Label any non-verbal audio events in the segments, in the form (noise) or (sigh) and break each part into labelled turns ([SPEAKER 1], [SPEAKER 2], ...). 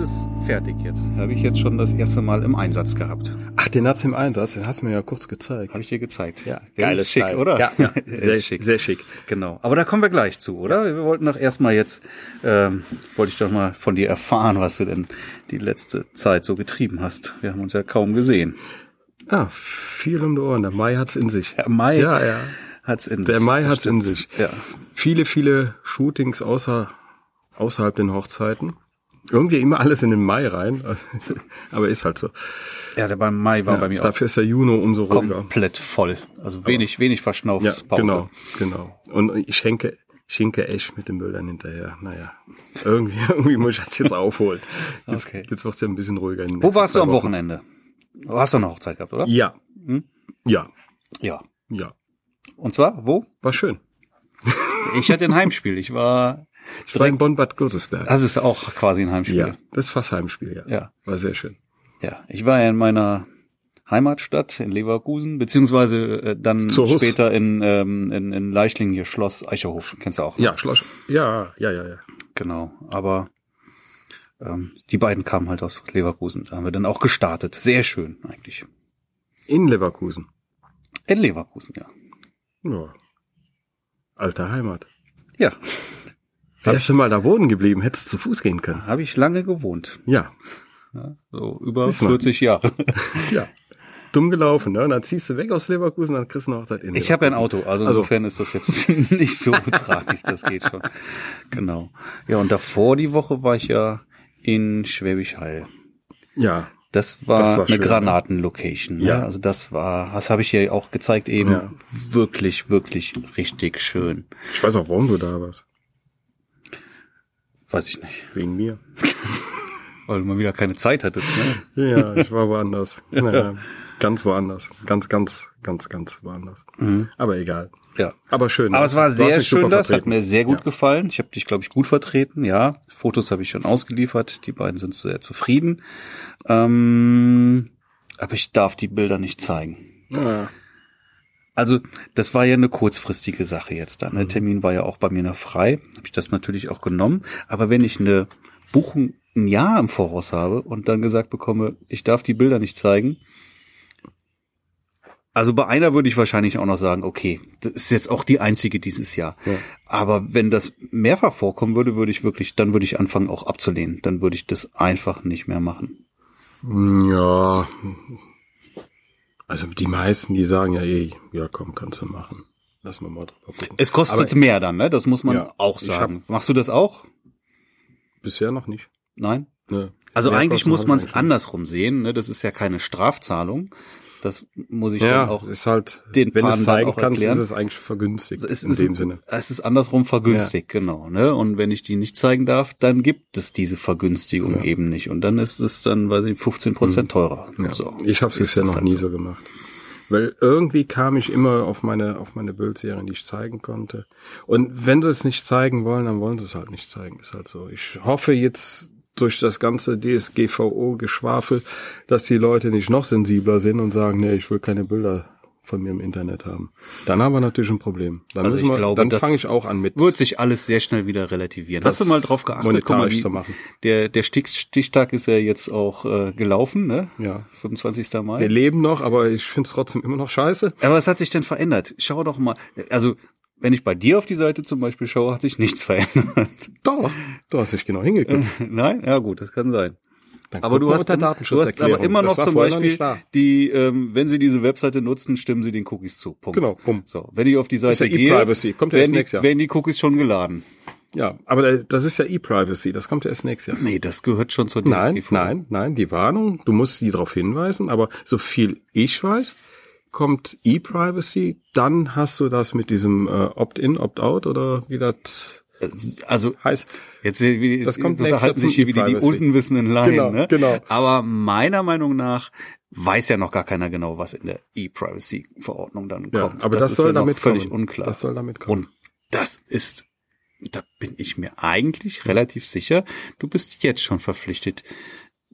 [SPEAKER 1] ist fertig jetzt. Habe ich jetzt schon das erste Mal im Einsatz gehabt.
[SPEAKER 2] Ach, den hat's im Einsatz, den hast du mir ja kurz gezeigt.
[SPEAKER 1] Habe ich dir gezeigt.
[SPEAKER 2] Ja,
[SPEAKER 1] Der
[SPEAKER 2] geiles
[SPEAKER 1] ist schick,
[SPEAKER 2] Teil.
[SPEAKER 1] oder?
[SPEAKER 2] (laughs) Ja, ja,
[SPEAKER 1] (laughs) Der
[SPEAKER 2] sehr-
[SPEAKER 1] ist schick.
[SPEAKER 2] sehr schick.
[SPEAKER 1] Genau. Aber da kommen wir gleich zu, oder? Wir wollten doch erstmal jetzt, ähm, wollte ich doch mal von dir erfahren, was du denn die letzte Zeit so getrieben hast. Wir haben uns ja kaum gesehen.
[SPEAKER 2] Ah, viel um die Ohren. Der Mai hat's in sich.
[SPEAKER 1] Der Mai
[SPEAKER 2] Ja, ja.
[SPEAKER 1] hat's in sich.
[SPEAKER 2] Der Mai
[SPEAKER 1] Das
[SPEAKER 2] hat's in
[SPEAKER 1] stimmt.
[SPEAKER 2] sich.
[SPEAKER 1] Ja.
[SPEAKER 2] Viele, viele Shootings außer, außerhalb den Hochzeiten. Irgendwie immer alles in den Mai rein. (laughs) Aber ist halt so.
[SPEAKER 1] Ja, der beim Mai war bei mir auch
[SPEAKER 2] Dafür ist der Juno umso ruhiger.
[SPEAKER 1] komplett voll. Also wenig, wenig
[SPEAKER 2] Ja,
[SPEAKER 1] Verschnaufspause.
[SPEAKER 2] genau, genau. Und ich schenke, schenke Esch mit den Müllern hinterher. Naja, irgendwie, (laughs) irgendwie muss ich das jetzt aufholen. Jetzt,
[SPEAKER 1] Okay.
[SPEAKER 2] jetzt wird's ja ein bisschen ruhiger. in den
[SPEAKER 1] Wo
[SPEAKER 2] nächsten
[SPEAKER 1] warst du
[SPEAKER 2] zwei
[SPEAKER 1] am
[SPEAKER 2] Wochen.
[SPEAKER 1] Wochenende? Du hast doch eine Hochzeit gehabt, oder?
[SPEAKER 2] Ja,
[SPEAKER 1] Hm?
[SPEAKER 2] ja,
[SPEAKER 1] Ja.
[SPEAKER 2] ja.
[SPEAKER 1] Und zwar, wo?
[SPEAKER 2] War schön.
[SPEAKER 1] Ich hatte ein Heimspiel. Ich war.
[SPEAKER 2] Ich war in Bonn-Bad Godesberg.
[SPEAKER 1] Das ist auch quasi ein Heimspiel.
[SPEAKER 2] ja, das Fassheimspiel, ja.
[SPEAKER 1] Ah, Ja.
[SPEAKER 2] War sehr schön.
[SPEAKER 1] Ja, ich war ja in meiner Heimatstadt in Leverkusen, beziehungsweise äh, dann
[SPEAKER 2] Zur Huss.
[SPEAKER 1] später in, ähm, in, in Leichling hier Schloss Eicherhof. Kennst du auch? ne?
[SPEAKER 2] Ja, Schloss. Ja, ja, ja, ja.
[SPEAKER 1] Genau. Aber ähm, die beiden kamen halt aus Leverkusen. Da haben wir dann auch gestartet. Sehr schön eigentlich.
[SPEAKER 2] In Leverkusen.
[SPEAKER 1] In Leverkusen, ja.
[SPEAKER 2] Ja. Alte Heimat.
[SPEAKER 1] Ja,
[SPEAKER 2] Wärst du mal da wohnen geblieben, hättest du zu Fuß gehen können.
[SPEAKER 1] habe ich lange gewohnt.
[SPEAKER 2] Ja,
[SPEAKER 1] So über
[SPEAKER 2] Siehst du mal.
[SPEAKER 1] 40 Jahre.
[SPEAKER 2] ja. Dumm gelaufen, ne? Und dann ziehst du weg aus Leverkusen, dann kriegst du eine Hochzeit in
[SPEAKER 1] Ich habe ja ein
[SPEAKER 2] Leverkusen.
[SPEAKER 1] Auto, also
[SPEAKER 2] Also-
[SPEAKER 1] insofern ist das jetzt (laughs) nicht so tragisch, das geht schon. Genau. Ja, und davor die Woche war ich ja in Schwäbisch Hall.
[SPEAKER 2] Ja,
[SPEAKER 1] Das war,
[SPEAKER 2] Das war
[SPEAKER 1] eine
[SPEAKER 2] schön, ne?
[SPEAKER 1] Granatenlocation. Ne?
[SPEAKER 2] Ja.
[SPEAKER 1] Also das war, das habe ich ja auch gezeigt eben.
[SPEAKER 2] Ja.
[SPEAKER 1] Wirklich, wirklich richtig schön.
[SPEAKER 2] Ich weiß auch, warum du da warst.
[SPEAKER 1] Weiß ich nicht.
[SPEAKER 2] Wegen mir.
[SPEAKER 1] Weil du mal wieder keine Zeit hattest, ne?
[SPEAKER 2] Ja, ich
[SPEAKER 1] (laughs)
[SPEAKER 2] war woanders. Naja, ganz woanders. Ganz, ganz, ganz, ganz woanders.
[SPEAKER 1] Mhm.
[SPEAKER 2] Aber egal.
[SPEAKER 1] Ja.
[SPEAKER 2] Aber schön. ne?
[SPEAKER 1] Aber es war
[SPEAKER 2] Du hast
[SPEAKER 1] sehr
[SPEAKER 2] mich super
[SPEAKER 1] schön, das hat
[SPEAKER 2] vertreten.
[SPEAKER 1] mir sehr gut
[SPEAKER 2] Ja.
[SPEAKER 1] gefallen. Ich habe dich, glaube ich, gut vertreten. Ja, Fotos habe ich schon ausgeliefert. Die beiden sind sehr zufrieden. Ähm, aber ich darf die Bilder nicht zeigen.
[SPEAKER 2] Ja.
[SPEAKER 1] Also das war ja eine kurzfristige Sache jetzt dann.
[SPEAKER 2] Mhm.
[SPEAKER 1] Der Termin war ja auch bei mir noch frei. Habe ich das natürlich auch genommen. Aber wenn ich eine Buchung ein Jahr im Voraus habe und dann gesagt bekomme, ich darf die Bilder nicht zeigen. Also bei einer würde ich wahrscheinlich auch noch sagen, okay, das ist jetzt auch die einzige dieses Jahr.
[SPEAKER 2] Ja.
[SPEAKER 1] Aber wenn das mehrfach vorkommen würde, würde ich wirklich, dann würde ich anfangen auch abzulehnen. Dann würde ich das einfach nicht mehr machen.
[SPEAKER 2] ja. Also die meisten, die sagen ja eh, ja komm, kannst du machen. Lass mal mal drüber gucken.
[SPEAKER 1] Es kostet
[SPEAKER 2] Aber
[SPEAKER 1] mehr dann, ne? Das muss man
[SPEAKER 2] Ja,
[SPEAKER 1] auch
[SPEAKER 2] ich hab-
[SPEAKER 1] sagen. Machst du das auch?
[SPEAKER 2] bisher noch nicht.
[SPEAKER 1] Nein?
[SPEAKER 2] Ne.
[SPEAKER 1] Also
[SPEAKER 2] Mehr
[SPEAKER 1] eigentlich
[SPEAKER 2] Kosten
[SPEAKER 1] muss
[SPEAKER 2] hab
[SPEAKER 1] man
[SPEAKER 2] ich
[SPEAKER 1] es
[SPEAKER 2] eigentlich
[SPEAKER 1] andersrum sehen. Ne? Das ist ja keine Strafzahlung. Das muss ich
[SPEAKER 2] nicht.
[SPEAKER 1] dann
[SPEAKER 2] Ja,
[SPEAKER 1] auch.
[SPEAKER 2] ist halt,
[SPEAKER 1] den
[SPEAKER 2] wenn du
[SPEAKER 1] Paaren
[SPEAKER 2] es
[SPEAKER 1] dann
[SPEAKER 2] zeigen
[SPEAKER 1] auch
[SPEAKER 2] kannst,
[SPEAKER 1] erklären.
[SPEAKER 2] ist es eigentlich vergünstigt
[SPEAKER 1] es
[SPEAKER 2] in
[SPEAKER 1] ist,
[SPEAKER 2] dem Sinne.
[SPEAKER 1] Es ist andersrum vergünstigt, genau. Ne? Und wenn ich die nicht zeigen darf, dann gibt es diese Vergünstigung
[SPEAKER 2] Ja.
[SPEAKER 1] eben nicht. Und dann ist es dann, weiß ich, 15 Prozent teurer.
[SPEAKER 2] Mhm. Ja,
[SPEAKER 1] So.
[SPEAKER 2] ich habe es
[SPEAKER 1] Ist
[SPEAKER 2] bisher
[SPEAKER 1] das
[SPEAKER 2] noch
[SPEAKER 1] halt
[SPEAKER 2] nie
[SPEAKER 1] so.
[SPEAKER 2] so gemacht. Weil irgendwie kam ich immer auf meine, auf meine Bildserien, die ich zeigen konnte. Und wenn sie es nicht zeigen wollen, dann wollen sie es halt nicht zeigen. Ist halt so. Ich hoffe jetzt durch das ganze DSGVO-Geschwafel, dass die Leute nicht noch sensibler sind und sagen, nee, ich will keine Bilder von mir im Internet haben. Dann haben wir natürlich ein Problem. Dann,
[SPEAKER 1] Also
[SPEAKER 2] müssen
[SPEAKER 1] ich
[SPEAKER 2] wir,
[SPEAKER 1] glaube,
[SPEAKER 2] dann
[SPEAKER 1] das
[SPEAKER 2] fange ich auch an mit.
[SPEAKER 1] Wird sich alles sehr schnell wieder relativieren.
[SPEAKER 2] Das
[SPEAKER 1] Hast du mal drauf geachtet?
[SPEAKER 2] monetarisch
[SPEAKER 1] wie-
[SPEAKER 2] zu machen.
[SPEAKER 1] Der, der Stich, Stichtag ist ja jetzt auch äh, gelaufen, ne?
[SPEAKER 2] Ja.
[SPEAKER 1] 25. Mai.
[SPEAKER 2] Wir leben noch, aber ich finde es trotzdem immer noch scheiße.
[SPEAKER 1] Aber was hat sich denn verändert? Schau doch mal. Also, wenn ich bei dir auf die Seite zum Beispiel schaue, hat sich nichts (laughs) verändert.
[SPEAKER 2] Doch, du hast nicht
[SPEAKER 1] (laughs)
[SPEAKER 2] genau hingeguckt.
[SPEAKER 1] Nein? Ja gut, das kann sein.
[SPEAKER 2] Dann
[SPEAKER 1] Aber
[SPEAKER 2] guck
[SPEAKER 1] du
[SPEAKER 2] mal
[SPEAKER 1] hast,
[SPEAKER 2] unter
[SPEAKER 1] dann, du hast aber
[SPEAKER 2] Datenschutzerklärung.
[SPEAKER 1] immer
[SPEAKER 2] Das
[SPEAKER 1] noch
[SPEAKER 2] war
[SPEAKER 1] zum
[SPEAKER 2] vorher noch
[SPEAKER 1] Beispiel
[SPEAKER 2] nicht da.
[SPEAKER 1] die, ähm, wenn sie diese Webseite nutzen, stimmen sie den Cookies zu. Punkt.
[SPEAKER 2] Genau, bumm.
[SPEAKER 1] So, wenn ich auf die
[SPEAKER 2] Ist
[SPEAKER 1] Seite
[SPEAKER 2] ja
[SPEAKER 1] gehe,
[SPEAKER 2] E-Privacy, kommt ja erst
[SPEAKER 1] werden,
[SPEAKER 2] nächstes
[SPEAKER 1] die,
[SPEAKER 2] Jahr.
[SPEAKER 1] werden die Cookies schon geladen.
[SPEAKER 2] Ja, aber da- das ist ja E-Privacy, das kommt ja erst nächstes Jahr.
[SPEAKER 1] Nee, das gehört schon zur
[SPEAKER 2] Nein,
[SPEAKER 1] DSGVO.
[SPEAKER 2] nein, nein, die Warnung, du musst sie darauf hinweisen, aber so viel ich weiß, kommt E-Privacy, dann hast du das mit diesem äh, Opt-in, Opt-out oder wie das
[SPEAKER 1] Also
[SPEAKER 2] heißt.
[SPEAKER 1] Jetzt, sehen wir-
[SPEAKER 2] Das
[SPEAKER 1] jetzt
[SPEAKER 2] kommt nächstes
[SPEAKER 1] unterhalten
[SPEAKER 2] Jahr
[SPEAKER 1] sich hier
[SPEAKER 2] zum
[SPEAKER 1] wieder die
[SPEAKER 2] E-Privacy.
[SPEAKER 1] unwissenden Laien.
[SPEAKER 2] Genau,
[SPEAKER 1] ne?
[SPEAKER 2] genau.
[SPEAKER 1] Aber meiner Meinung nach weiß ja noch gar keiner genau, was in der E-Privacy-Verordnung dann
[SPEAKER 2] Ja,
[SPEAKER 1] kommt.
[SPEAKER 2] aber das,
[SPEAKER 1] ist
[SPEAKER 2] soll
[SPEAKER 1] ja noch
[SPEAKER 2] damit
[SPEAKER 1] völlig
[SPEAKER 2] kommen.
[SPEAKER 1] unklar.
[SPEAKER 2] Das soll damit kommen.
[SPEAKER 1] Und das ist, da bin ich mir eigentlich relativ sicher, du bist jetzt schon verpflichtet,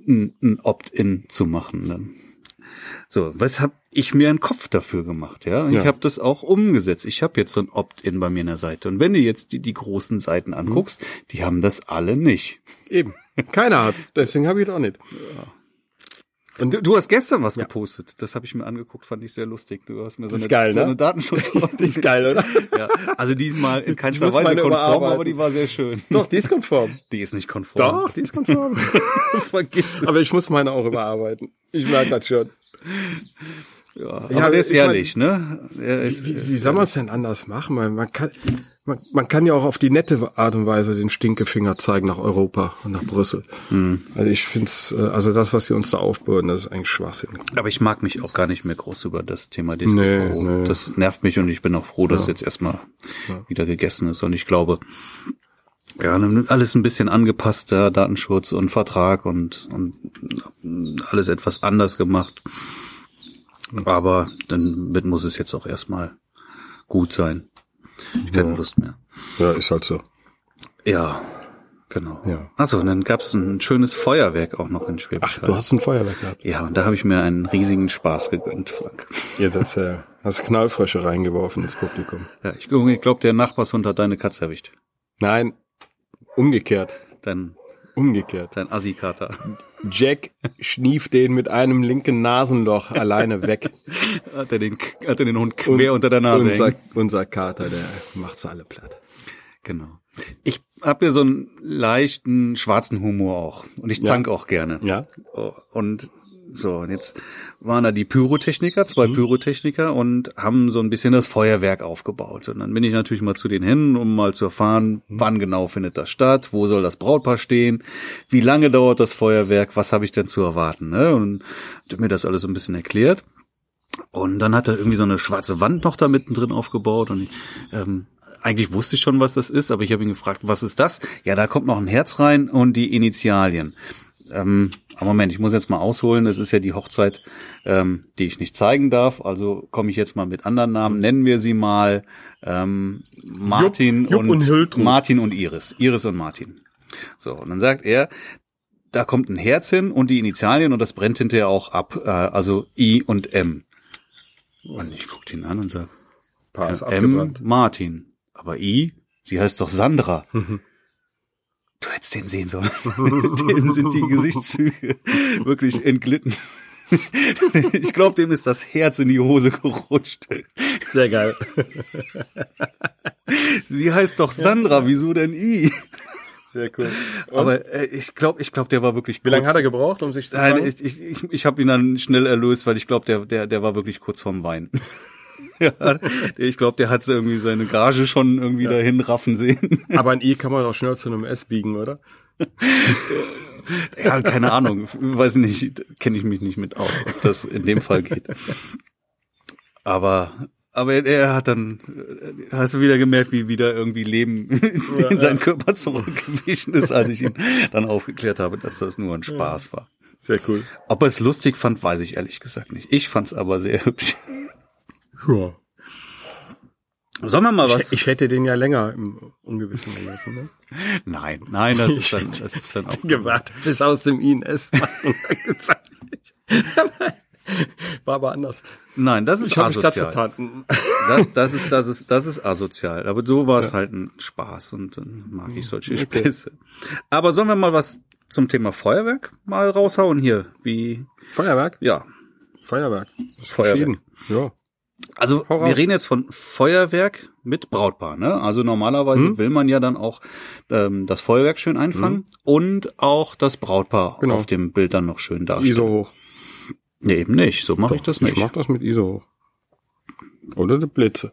[SPEAKER 1] ein ein Opt-in zu machen. Ne? So, was habe ich mir einen Kopf dafür gemacht, ja? Und
[SPEAKER 2] Ja.
[SPEAKER 1] Ich habe das auch umgesetzt. Ich habe jetzt so ein Opt-in bei mir an der Seite. Und wenn du jetzt die, die großen Seiten anguckst, die haben das alle nicht.
[SPEAKER 2] Eben. Keiner hat. Deswegen habe ich das auch nicht.
[SPEAKER 1] Und du, du hast gestern was gepostet. Das habe ich mir angeguckt, fand ich sehr lustig. Du hast mir so
[SPEAKER 2] Das
[SPEAKER 1] eine,
[SPEAKER 2] ist geil,
[SPEAKER 1] so
[SPEAKER 2] ne?
[SPEAKER 1] eine Datenschutz.
[SPEAKER 2] (laughs)
[SPEAKER 1] (laughs)
[SPEAKER 2] ist geil, oder?
[SPEAKER 1] ja. Also diesmal in
[SPEAKER 2] muss
[SPEAKER 1] keinster Weise
[SPEAKER 2] meine
[SPEAKER 1] konform,
[SPEAKER 2] überarbeiten.
[SPEAKER 1] aber die war sehr (laughs) schön.
[SPEAKER 2] Doch, die ist konform.
[SPEAKER 1] Die ist nicht konform.
[SPEAKER 2] Doch, die ist (laughs) konform.
[SPEAKER 1] vergiss es.
[SPEAKER 2] Aber ich muss meine auch überarbeiten. Ich merke das schon.
[SPEAKER 1] ja, aber
[SPEAKER 2] Ja,
[SPEAKER 1] der ist
[SPEAKER 2] ich mein-
[SPEAKER 1] ehrlich, ne? Er ist,
[SPEAKER 2] Wie,
[SPEAKER 1] ist
[SPEAKER 2] wie soll man es denn anders machen? Weil man kann, man, man kann ja auch auf die nette Art und Weise den Stinkefinger zeigen nach Europa und nach Brüssel. Also ich finde es, also das, was sie uns da aufbürden, das ist eigentlich Schwachsinn.
[SPEAKER 1] Aber ich mag mich auch gar nicht mehr groß über das Thema DSGVO.
[SPEAKER 2] Nee, nee.
[SPEAKER 1] Das nervt mich und ich bin auch froh, dass jetzt erstmal wieder gegessen ist. Und ich glaube, ja, alles ein bisschen angepasst, ja, Datenschutz und Vertrag und, und alles etwas anders gemacht. Aber damit muss es jetzt auch erstmal gut sein. Ich habe keine Lust mehr.
[SPEAKER 2] Ja, ist halt so.
[SPEAKER 1] Ja, genau.
[SPEAKER 2] Ja.
[SPEAKER 1] Achso, und dann gab's ein schönes Feuerwerk auch noch in
[SPEAKER 2] Ach,
[SPEAKER 1] Schwäbisch
[SPEAKER 2] du
[SPEAKER 1] Hall.
[SPEAKER 2] hast ein Feuerwerk gehabt.
[SPEAKER 1] Ja, und da habe ich mir einen riesigen Spaß gegönnt, Frank.
[SPEAKER 2] Jetzt hast du hast Knallfrösche reingeworfen ins Publikum.
[SPEAKER 1] Ja, ich, ich glaube, der Nachbarshund hat deine Katze erwischt.
[SPEAKER 2] Nein, umgekehrt.
[SPEAKER 1] Dein,
[SPEAKER 2] Umgekehrt.
[SPEAKER 1] dein Assi-Kater.
[SPEAKER 2] Jack schnief den mit einem linken Nasenloch alleine weg. (laughs)
[SPEAKER 1] Hat er den, hat er den Hund quer unter der Nase
[SPEAKER 2] unser,
[SPEAKER 1] hängen.
[SPEAKER 2] unser Kater, der macht's alle platt.
[SPEAKER 1] Genau. Ich habe ja so einen leichten schwarzen Humor auch. Und ich zank auch gerne.
[SPEAKER 2] Ja.
[SPEAKER 1] Oh, Und so, und jetzt waren da die Pyrotechniker, zwei Pyrotechniker und haben so ein bisschen das Feuerwerk aufgebaut. Und dann bin ich natürlich mal zu denen hin, um mal zu erfahren, wann genau findet das statt, wo soll das Brautpaar stehen, wie lange dauert das Feuerwerk, was habe ich denn zu erwarten. Ne? Und hat mir das alles so ein bisschen erklärt. Und dann hat er irgendwie so eine schwarze Wand noch da mittendrin aufgebaut und ich, ähm, eigentlich wusste ich schon, was das ist, aber ich habe ihn gefragt, was ist das? Ja, da kommt noch ein Herz rein und die Initialien. Ähm, aber Moment, ich muss jetzt mal ausholen. Es ist ja die Hochzeit, ähm, die ich nicht zeigen darf. Also komme ich jetzt mal mit anderen Namen. Nennen wir sie mal ähm, Martin
[SPEAKER 2] Jupp- Jupp und
[SPEAKER 1] und,
[SPEAKER 2] Hiltrud.
[SPEAKER 1] Martin und Iris. Iris und Martin. So und dann sagt er, da kommt ein Herz hin und die Initialien und das brennt hinterher auch ab. Äh, also I und M. Und ich gucke ihn an und sag,
[SPEAKER 2] Paar ist
[SPEAKER 1] M.
[SPEAKER 2] abgebrannt.
[SPEAKER 1] Martin. Aber I, sie heißt doch Sandra.
[SPEAKER 2] Mhm.
[SPEAKER 1] Du hättest den sehen sollen. (laughs) dem sind die
[SPEAKER 2] (laughs)
[SPEAKER 1] Gesichtszüge wirklich entglitten. (laughs) ich glaube, dem ist das Herz in die Hose gerutscht.
[SPEAKER 2] Sehr geil.
[SPEAKER 1] Sie heißt doch Sandra, wieso denn I?
[SPEAKER 2] Sehr cool.
[SPEAKER 1] Aber äh, ich glaube, ich glaube, der war wirklich
[SPEAKER 2] Wie lange hat er gebraucht, um sich zu
[SPEAKER 1] Nein,
[SPEAKER 2] fangen?
[SPEAKER 1] ich, ich, ich, ich habe ihn dann schnell erlöst, weil ich glaube, der, der, der war wirklich kurz vorm Wein. (laughs) ja, ich glaube, der hat irgendwie seine Gage schon irgendwie dahin raffen sehen.
[SPEAKER 2] Aber ein I kann man doch schnell zu einem S biegen, oder?
[SPEAKER 1] ja, keine Ahnung, weiß nicht, kenne ich mich nicht mit aus, ob das in dem Fall geht. Aber aber er- er hat dann, äh, hast du wieder gemerkt, wie wieder irgendwie Leben in seinen Körper zurückgewichen ist, als ich ihn dann aufgeklärt habe, dass das nur ein Spaß war.
[SPEAKER 2] Sehr cool.
[SPEAKER 1] Ob er es lustig fand, weiß ich ehrlich gesagt nicht. Ich fand es aber sehr hübsch.
[SPEAKER 2] Ja.
[SPEAKER 1] Sollen wir mal was?
[SPEAKER 2] Ich, ich hätte den ja länger im Ungewissen gelassen. Ne?
[SPEAKER 1] nein, nein, das ist dann, das ist dann auch.
[SPEAKER 2] (laughs) Gewartet bis aus dem I ein S macht (laughs) und dann gesagt. War aber anders.
[SPEAKER 1] Nein, das ist
[SPEAKER 2] Ich habe mich gerade
[SPEAKER 1] asozial.
[SPEAKER 2] vertan.
[SPEAKER 1] Das, das ist, das ist, das ist asozial. Aber so war es halt ein Spaß und dann mag ich solche
[SPEAKER 2] Okay.
[SPEAKER 1] Späße. Aber sollen wir mal was zum Thema Feuerwerk mal raushauen hier? Wie,
[SPEAKER 2] (laughs) Feuerwerk?
[SPEAKER 1] ja.
[SPEAKER 2] Feuerwerk. Ist
[SPEAKER 1] Feuerwerk.
[SPEAKER 2] verschieden. Ja.
[SPEAKER 1] Also,
[SPEAKER 2] Hau raus.
[SPEAKER 1] wir reden jetzt von Feuerwerk mit Brautpaar, ne? Also normalerweise
[SPEAKER 2] Mhm.
[SPEAKER 1] will man ja dann auch ähm, das Feuerwerk schön einfangen und auch das Brautpaar
[SPEAKER 2] Genau.
[SPEAKER 1] auf dem Bild dann noch schön darstellen.
[SPEAKER 2] ISO hoch.
[SPEAKER 1] Nee, eben nicht. So mache ich das nicht.
[SPEAKER 2] Ich mach das mit ISO hoch. Oder die Blitze.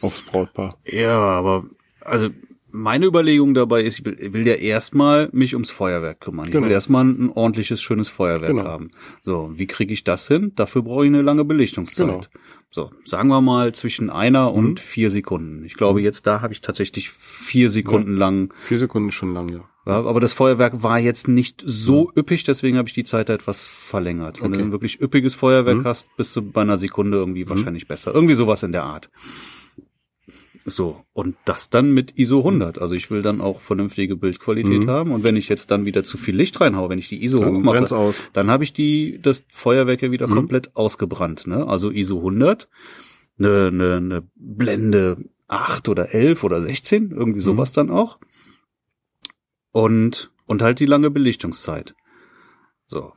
[SPEAKER 2] Aufs Brautpaar.
[SPEAKER 1] Ja, aber also meine Überlegung dabei ist, ich will, ich will ja erstmal mich ums Feuerwerk kümmern. Ich
[SPEAKER 2] Genau.
[SPEAKER 1] will erstmal ein ordentliches, schönes Feuerwerk
[SPEAKER 2] Genau.
[SPEAKER 1] haben. So, wie kriege ich das hin? Dafür brauche ich eine lange Belichtungszeit.
[SPEAKER 2] Genau. Mhm.
[SPEAKER 1] So, sagen wir mal zwischen einer und vier Sekunden. Ich glaube, jetzt da habe ich tatsächlich vier Sekunden lang.
[SPEAKER 2] Vier Sekunden schon lang, ja.
[SPEAKER 1] Ja, aber das Feuerwerk war jetzt nicht so üppig, deswegen habe ich die Zeit da etwas verlängert. Wenn du
[SPEAKER 2] Okay. Mhm.
[SPEAKER 1] ein wirklich üppiges Feuerwerk hast, bist du bei einer Sekunde irgendwie wahrscheinlich besser. Irgendwie sowas in der Art. So, und das dann mit ISO 100. Also ich will dann auch vernünftige Bildqualität
[SPEAKER 2] Mhm.
[SPEAKER 1] haben. Und wenn ich jetzt dann wieder zu viel Licht reinhaue, wenn ich die ISO
[SPEAKER 2] Dann brennt's
[SPEAKER 1] hochmache,
[SPEAKER 2] aus.
[SPEAKER 1] dann habe ich die das Feuerwerk ja wieder
[SPEAKER 2] Mhm.
[SPEAKER 1] komplett ausgebrannt. Ne? Also ISO 100, eine ne, ne Blende 8 oder 11 oder 16,
[SPEAKER 2] Mhm.
[SPEAKER 1] irgendwie sowas dann auch. Und, und halt die lange Belichtungszeit. So.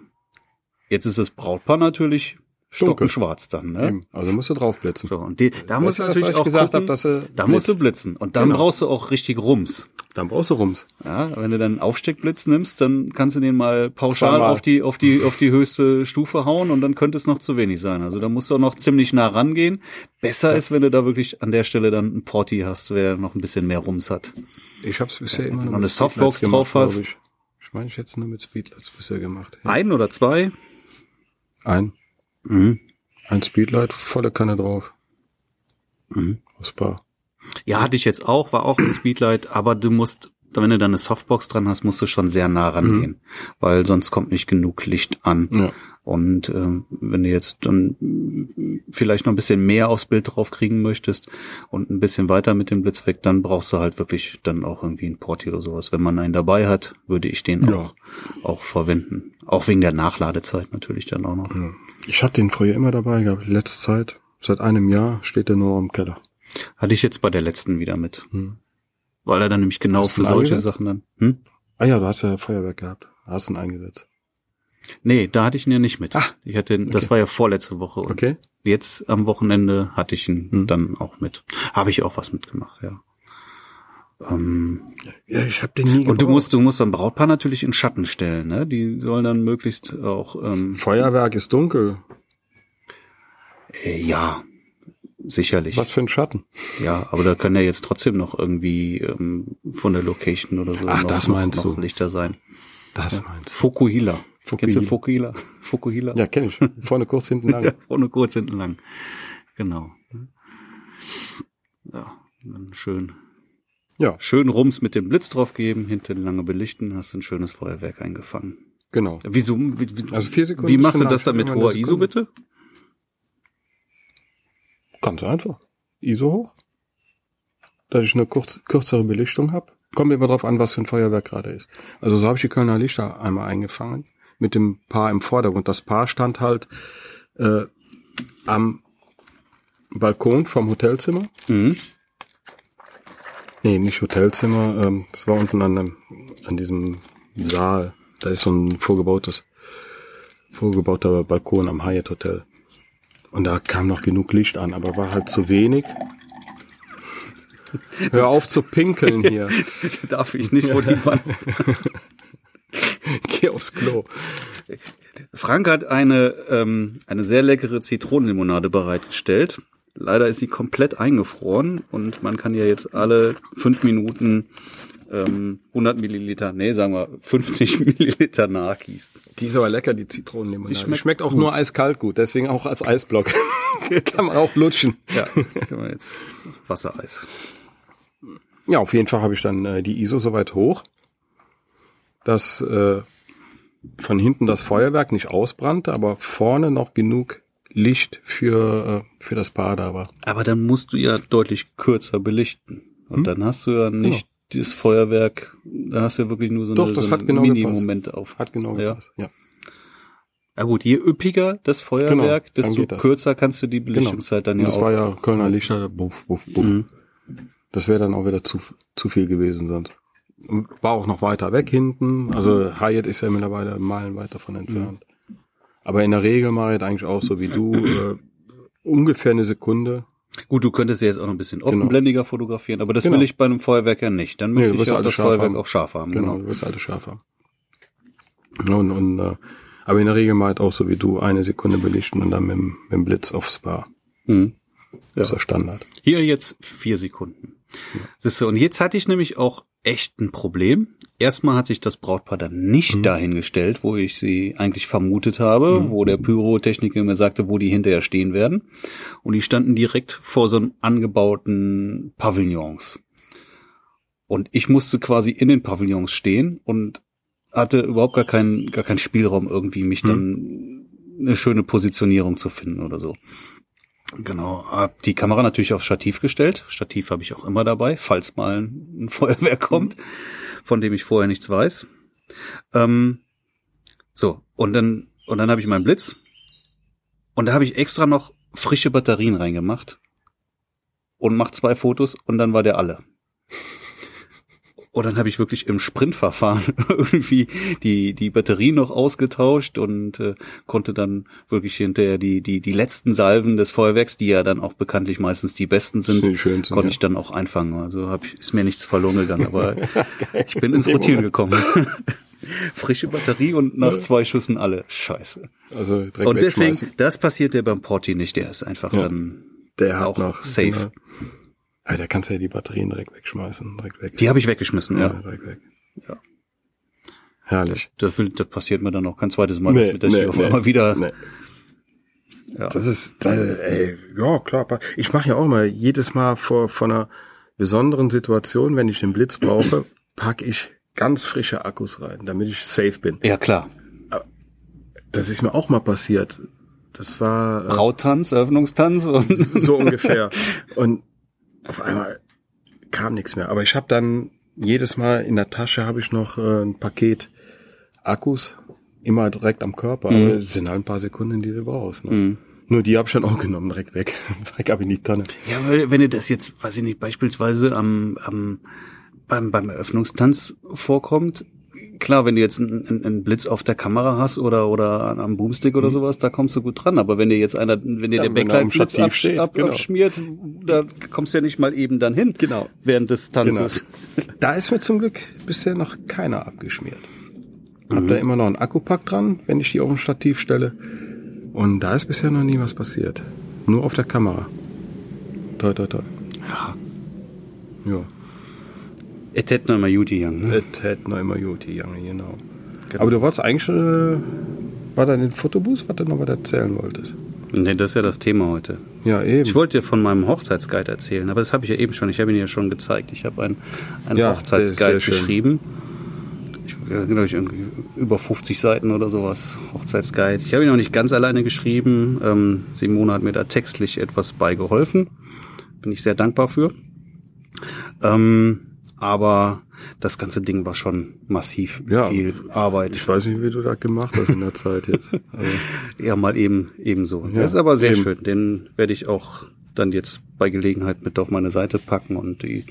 [SPEAKER 1] Jetzt ist das Brautpaar natürlich
[SPEAKER 2] Dunkel.
[SPEAKER 1] stockenschwarz dann. Ne?
[SPEAKER 2] Eben. Also musst du draufblitzen.
[SPEAKER 1] So, und die, da
[SPEAKER 2] Das
[SPEAKER 1] muss
[SPEAKER 2] ist das,
[SPEAKER 1] natürlich
[SPEAKER 2] was ich
[SPEAKER 1] auch
[SPEAKER 2] gesagt
[SPEAKER 1] gucken,
[SPEAKER 2] hab, dass er
[SPEAKER 1] da musst du
[SPEAKER 2] blitzt.
[SPEAKER 1] blitzen. Und dann
[SPEAKER 2] Genau.
[SPEAKER 1] brauchst du auch richtig Rums.
[SPEAKER 2] Dann brauchst du Rums.
[SPEAKER 1] Ja, wenn du dann einen Aufsteckblitz nimmst, dann kannst du den mal pauschal
[SPEAKER 2] Zweimal.
[SPEAKER 1] auf die, auf die, auf die höchste Stufe hauen und dann könnte es noch zu wenig sein. Also da musst du auch noch ziemlich nah rangehen. Besser ist, wenn du da wirklich an der Stelle dann einen Porti hast, wer noch ein bisschen mehr Rums hat.
[SPEAKER 2] Ich hab's bisher immer
[SPEAKER 1] wenn du
[SPEAKER 2] nur
[SPEAKER 1] noch eine
[SPEAKER 2] mit Speedlights
[SPEAKER 1] Softbox
[SPEAKER 2] gemacht,
[SPEAKER 1] drauf
[SPEAKER 2] glaub
[SPEAKER 1] hast.
[SPEAKER 2] Ich, ich meine, ich hätte nur mit Speedlights bisher gemacht.
[SPEAKER 1] Ein oder zwei?
[SPEAKER 2] Ein,
[SPEAKER 1] Mhm.
[SPEAKER 2] ein Speedlight, volle Kanne drauf.
[SPEAKER 1] Mhm.
[SPEAKER 2] Aufs Paar.
[SPEAKER 1] Ja, hatte ich jetzt auch, war auch ein Speedlight, aber du musst, wenn du da eine Softbox dran hast, musst du schon sehr nah rangehen, weil sonst kommt nicht genug Licht an.
[SPEAKER 2] Ja.
[SPEAKER 1] Und ähm, wenn du jetzt dann mm, vielleicht noch ein bisschen mehr aufs Bild drauf kriegen möchtest und ein bisschen weiter mit dem Blitz weg, dann brauchst du halt wirklich dann auch irgendwie einen Porti oder sowas. Wenn man einen dabei hat, würde ich den
[SPEAKER 2] Ja.
[SPEAKER 1] auch, auch verwenden. Auch wegen der Nachladezeit natürlich dann auch noch.
[SPEAKER 2] ja. Ich hatte den früher immer dabei gehabt. Letzte Zeit, seit einem Jahr, steht er nur im Keller.
[SPEAKER 1] Hatte ich jetzt bei der letzten wieder mit.
[SPEAKER 2] Hm.
[SPEAKER 1] Weil er dann nämlich genau
[SPEAKER 2] Hast
[SPEAKER 1] für
[SPEAKER 2] du ihn
[SPEAKER 1] solche
[SPEAKER 2] eingesetzt?
[SPEAKER 1] Sachen dann. Hm?
[SPEAKER 2] Ah ja, du hast ja Feuerwerk gehabt. Hast ihn eingesetzt.
[SPEAKER 1] Nee, da hatte ich ihn ja nicht mit.
[SPEAKER 2] Ah,
[SPEAKER 1] ich hatte, ihn- das
[SPEAKER 2] okay.
[SPEAKER 1] war ja vorletzte Woche und
[SPEAKER 2] Okay.
[SPEAKER 1] jetzt am Wochenende hatte ich ihn
[SPEAKER 2] Hm.
[SPEAKER 1] dann auch mit. Habe ich auch was mitgemacht, ja. Ähm,
[SPEAKER 2] Ja, ich habe den nie
[SPEAKER 1] Und du
[SPEAKER 2] gebraucht.
[SPEAKER 1] musst, du musst dann Brautpaar natürlich in Schatten stellen, ne? Die sollen dann möglichst auch ähm,
[SPEAKER 2] Feuerwerk ist dunkel.
[SPEAKER 1] äh, ja, sicherlich.
[SPEAKER 2] Was für ein Schatten.
[SPEAKER 1] Ja, aber da können ja jetzt trotzdem noch irgendwie ähm, von der Location oder so
[SPEAKER 2] Ach,
[SPEAKER 1] noch,
[SPEAKER 2] das
[SPEAKER 1] noch-
[SPEAKER 2] meinst
[SPEAKER 1] noch
[SPEAKER 2] du.
[SPEAKER 1] Lichter sein.
[SPEAKER 2] Das meinst
[SPEAKER 1] Fukuhila.
[SPEAKER 2] Fukuhila.
[SPEAKER 1] Kennst du Fukuhila?
[SPEAKER 2] (laughs)
[SPEAKER 1] Fukuhila?
[SPEAKER 2] Ja, kenn ich. Vorne kurz, hinten lang.
[SPEAKER 1] (laughs) Ohne kurz hinten lang. Genau. Ja, dann schön.
[SPEAKER 2] Ja,
[SPEAKER 1] Schön Rums mit dem Blitz drauf geben, hinten lange belichten, hast ein schönes Feuerwerk eingefangen.
[SPEAKER 2] genau.
[SPEAKER 1] Wieso? Wie, wie,
[SPEAKER 2] Also vier Sekunden
[SPEAKER 1] Wie
[SPEAKER 2] ist
[SPEAKER 1] machst du
[SPEAKER 2] schon
[SPEAKER 1] das
[SPEAKER 2] lang,
[SPEAKER 1] dann mit
[SPEAKER 2] immer eine
[SPEAKER 1] hoher ISO
[SPEAKER 2] Sekunde.
[SPEAKER 1] bitte? (laughs)
[SPEAKER 2] Ganz einfach. ISO hoch. Dass ich eine kurz, kürzere Belichtung habe. Kommt immer drauf an, was für ein Feuerwerk gerade ist. Also so habe ich die Kölner Lichter einmal eingefangen. Mit dem Paar im Vordergrund. Das Paar stand halt äh, am Balkon vom Hotelzimmer.
[SPEAKER 1] Mhm.
[SPEAKER 2] Nee, nicht Hotelzimmer. Ähm, das war unten an, dem, an diesem Saal. Da ist so ein vorgebautes, vorgebauter Balkon am Hyatt Hotel. Und da kam noch genug Licht an, aber war halt zu wenig. Hör auf zu pinkeln hier.
[SPEAKER 1] Darf ich nicht vor die Wand.
[SPEAKER 2] (laughs) Geh aufs Klo.
[SPEAKER 1] Frank hat eine, ähm, eine sehr leckere Zitronenlimonade bereitgestellt. Leider ist sie komplett eingefroren und man kann ja jetzt alle fünf Minuten ähm, 100 Milliliter, nee, sagen wir 50 (laughs) Milliliter nachgießen.
[SPEAKER 2] Die ist aber lecker, die Zitronenlimonade.
[SPEAKER 1] Sie schmeckt
[SPEAKER 2] auch
[SPEAKER 1] gut.
[SPEAKER 2] nur eiskalt gut, deswegen auch als Eisblock. (laughs) Kann man auch lutschen. (laughs)
[SPEAKER 1] Ja, können wir jetzt Wassereis.
[SPEAKER 2] Ja, auf jeden Fall habe ich dann äh, die ISO so weit hoch, dass äh, von hinten das Feuerwerk nicht ausbrannte, aber vorne noch genug Licht für, äh, für das Paar da war.
[SPEAKER 1] Aber dann musst du ja deutlich kürzer belichten.
[SPEAKER 2] Hm?
[SPEAKER 1] Und dann hast du ja nicht dieses Feuerwerk, dann hast du ja wirklich nur so
[SPEAKER 2] Genau. Doch,
[SPEAKER 1] eine,
[SPEAKER 2] das
[SPEAKER 1] so
[SPEAKER 2] hat
[SPEAKER 1] eine
[SPEAKER 2] genau gepasst.
[SPEAKER 1] Mini-Momente auf.
[SPEAKER 2] Hat genau
[SPEAKER 1] Ja.
[SPEAKER 2] gepasst. Ja.
[SPEAKER 1] Na gut, je üppiger das Feuerwerk,
[SPEAKER 2] Genau, dann
[SPEAKER 1] desto
[SPEAKER 2] geht das.
[SPEAKER 1] kürzer kannst du die
[SPEAKER 2] Genau.
[SPEAKER 1] Belichtungszeit dann ja
[SPEAKER 2] Und das
[SPEAKER 1] auch.
[SPEAKER 2] war ja Kölner Lichter, buff, buff, buff.
[SPEAKER 1] Mhm.
[SPEAKER 2] Das wäre dann auch wieder zu, zu viel gewesen sonst. Und War auch noch weiter weg hinten. Also Hyatt ist ja mittlerweile Meilen weiter von entfernt.
[SPEAKER 1] Mhm.
[SPEAKER 2] Aber in der Regel mache ich das eigentlich auch so wie du. Äh, ungefähr eine Sekunde.
[SPEAKER 1] Gut, du könntest ja jetzt auch noch ein bisschen offenblendiger fotografieren, aber das
[SPEAKER 2] Genau.
[SPEAKER 1] will ich bei einem Feuerwerk ja nicht. Dann möchte
[SPEAKER 2] Nee, du
[SPEAKER 1] ich
[SPEAKER 2] willst
[SPEAKER 1] ja
[SPEAKER 2] alles
[SPEAKER 1] das
[SPEAKER 2] scharf
[SPEAKER 1] Feuerwerk
[SPEAKER 2] haben.
[SPEAKER 1] auch scharf haben.
[SPEAKER 2] Genau,
[SPEAKER 1] Genau.
[SPEAKER 2] du willst alles scharf haben. Und, und, äh, aber in der Regel mal halt auch so wie du, eine Sekunde belichten und dann mit, dem- mit dem Blitz aufs Paar.
[SPEAKER 1] Mhm.
[SPEAKER 2] Das ist der Standard.
[SPEAKER 1] Hier jetzt vier Sekunden. Siehst du, und jetzt hatte ich nämlich auch echt ein Problem. Erstmal hat sich das Brautpaar dann nicht dahin gestellt, wo ich sie eigentlich vermutet habe, wo der Pyrotechniker mir sagte, wo die hinterher stehen werden. Und die standen direkt vor so einem angebauten Pavillons. Und ich musste quasi in den Pavillons stehen und hatte überhaupt gar keinen, gar keinen Spielraum irgendwie, mich dann eine schöne Positionierung zu finden oder so. Genau, hab die Kamera natürlich auf Stativ gestellt. Stativ habe ich auch immer dabei, falls mal ein (laughs) Feuerwehr kommt, von dem ich vorher nichts weiß. Ähm, so, und dann, und dann habe ich meinen Blitz. Und da habe ich extra noch frische Batterien reingemacht und mach zwei Fotos und dann war der alle. Und dann habe ich wirklich im Sprintverfahren (laughs) irgendwie die, die Batterie noch ausgetauscht und äh, konnte dann wirklich hinterher die, die, die letzten Salven des Feuerwerks, die ja dann auch bekanntlich meistens die besten sind,
[SPEAKER 2] Sind die schönsten,
[SPEAKER 1] konnte
[SPEAKER 2] ja.
[SPEAKER 1] ich dann auch einfangen. Also hab ich, ist mir nichts verloren gegangen,
[SPEAKER 2] (laughs)
[SPEAKER 1] aber ich bin ins Rotieren gekommen. Frische Batterie und nach zwei Schüssen alle. Scheiße.
[SPEAKER 2] Also direkt
[SPEAKER 1] Und deswegen,
[SPEAKER 2] wegschmeißen.
[SPEAKER 1] das passiert ja beim Porti nicht. Der ist einfach
[SPEAKER 2] Ja.
[SPEAKER 1] dann
[SPEAKER 2] der hat
[SPEAKER 1] auch
[SPEAKER 2] noch
[SPEAKER 1] safe.
[SPEAKER 2] Genau. Ja, da kannst du ja die Batterien direkt wegschmeißen, direkt weg.
[SPEAKER 1] Die habe ich weggeschmissen, ja.
[SPEAKER 2] direkt weg.
[SPEAKER 1] Ja.
[SPEAKER 2] Herrlich.
[SPEAKER 1] Das, will, das passiert mir dann auch kein zweites Mal, dass- dass ich auf einmal wieder.
[SPEAKER 2] nee.
[SPEAKER 1] Ja.
[SPEAKER 2] Das ist, das, ey, ja klar. pa- Ich mache ja auch immer jedes Mal vor von einer besonderen Situation, wenn ich den
[SPEAKER 1] (clears throat)
[SPEAKER 2] Blitz brauche, pack ich ganz frische Akkus rein, damit ich safe bin.
[SPEAKER 1] ja, klar.
[SPEAKER 2] Das ist mir auch mal passiert. Das war äh,
[SPEAKER 1] Brautanz, Eröffnungstanz
[SPEAKER 2] (laughs)
[SPEAKER 1] und.
[SPEAKER 2] so ungefähr. Und auf einmal kam nichts mehr. Aber ich habe dann jedes Mal in der Tasche habe ich noch äh, ein Paket Akkus immer direkt am Körper. Aber es sind halt ein paar Sekunden, die du brauchst. Ne? Nur die habe ich dann auch genommen, direkt weg. (laughs) direkt ab in die Tonne.
[SPEAKER 1] Ja, weil wenn ihr das jetzt, weiß ich nicht, beispielsweise am, am beim, beim Eröffnungstanz vorkommt, klar, wenn du jetzt einen, einen- einen Blitz auf der Kamera hast oder oder am Boomstick oder sowas, da kommst du gut dran. Aber wenn dir jetzt einer, wenn dir
[SPEAKER 2] Mhm.
[SPEAKER 1] der
[SPEAKER 2] Ja, wenn er am
[SPEAKER 1] Backlight-Blitz
[SPEAKER 2] Stativ
[SPEAKER 1] absch-
[SPEAKER 2] steht,
[SPEAKER 1] ab,
[SPEAKER 2] genau.
[SPEAKER 1] abschmiert, da kommst du ja nicht mal eben dann hin.
[SPEAKER 2] Genau.
[SPEAKER 1] Während des Tanzes.
[SPEAKER 2] Da ist mir zum Glück bisher noch keiner abgeschmiert. Hab da immer noch einen Akkupack dran, wenn ich die auf ein Stativ stelle. Und da ist bisher noch nie was passiert. Nur auf der Kamera. Toi, toi, toi. Ja.
[SPEAKER 1] Et hätten wir mal gut gegangen, ne?
[SPEAKER 2] Es hat noch immer gut gegangen, genau. Aber du warst eigentlich schon, äh, war da in den Fotobus, was du noch was erzählen wolltest?
[SPEAKER 1] Nee, das ist ja das Thema heute.
[SPEAKER 2] Ja, eben.
[SPEAKER 1] Ich wollte dir von meinem Hochzeitsguide erzählen, aber das habe ich ja eben schon. Ich habe ihn ja schon gezeigt. Ich habe einen, einen
[SPEAKER 2] Ja,
[SPEAKER 1] Hochzeitsguide
[SPEAKER 2] der ist sehr schön.
[SPEAKER 1] geschrieben. Ich ja, glaube ich irgendwie über 50 Seiten oder sowas. Hochzeitsguide. Ich habe ihn noch nicht ganz alleine geschrieben. Ähm, Simone hat mir da textlich etwas beigeholfen. Bin ich sehr dankbar für. Ähm, aber das ganze Ding war schon massiv
[SPEAKER 2] Ja.
[SPEAKER 1] viel Arbeit.
[SPEAKER 2] ich weiß nicht, wie du das gemacht hast in der Zeit (laughs) jetzt. Also,
[SPEAKER 1] Ja, mal eben ebenso.
[SPEAKER 2] Ja,
[SPEAKER 1] das ist aber sehr
[SPEAKER 2] eben.
[SPEAKER 1] schön. Den werde ich auch dann jetzt bei Gelegenheit mit auf meine Seite packen und die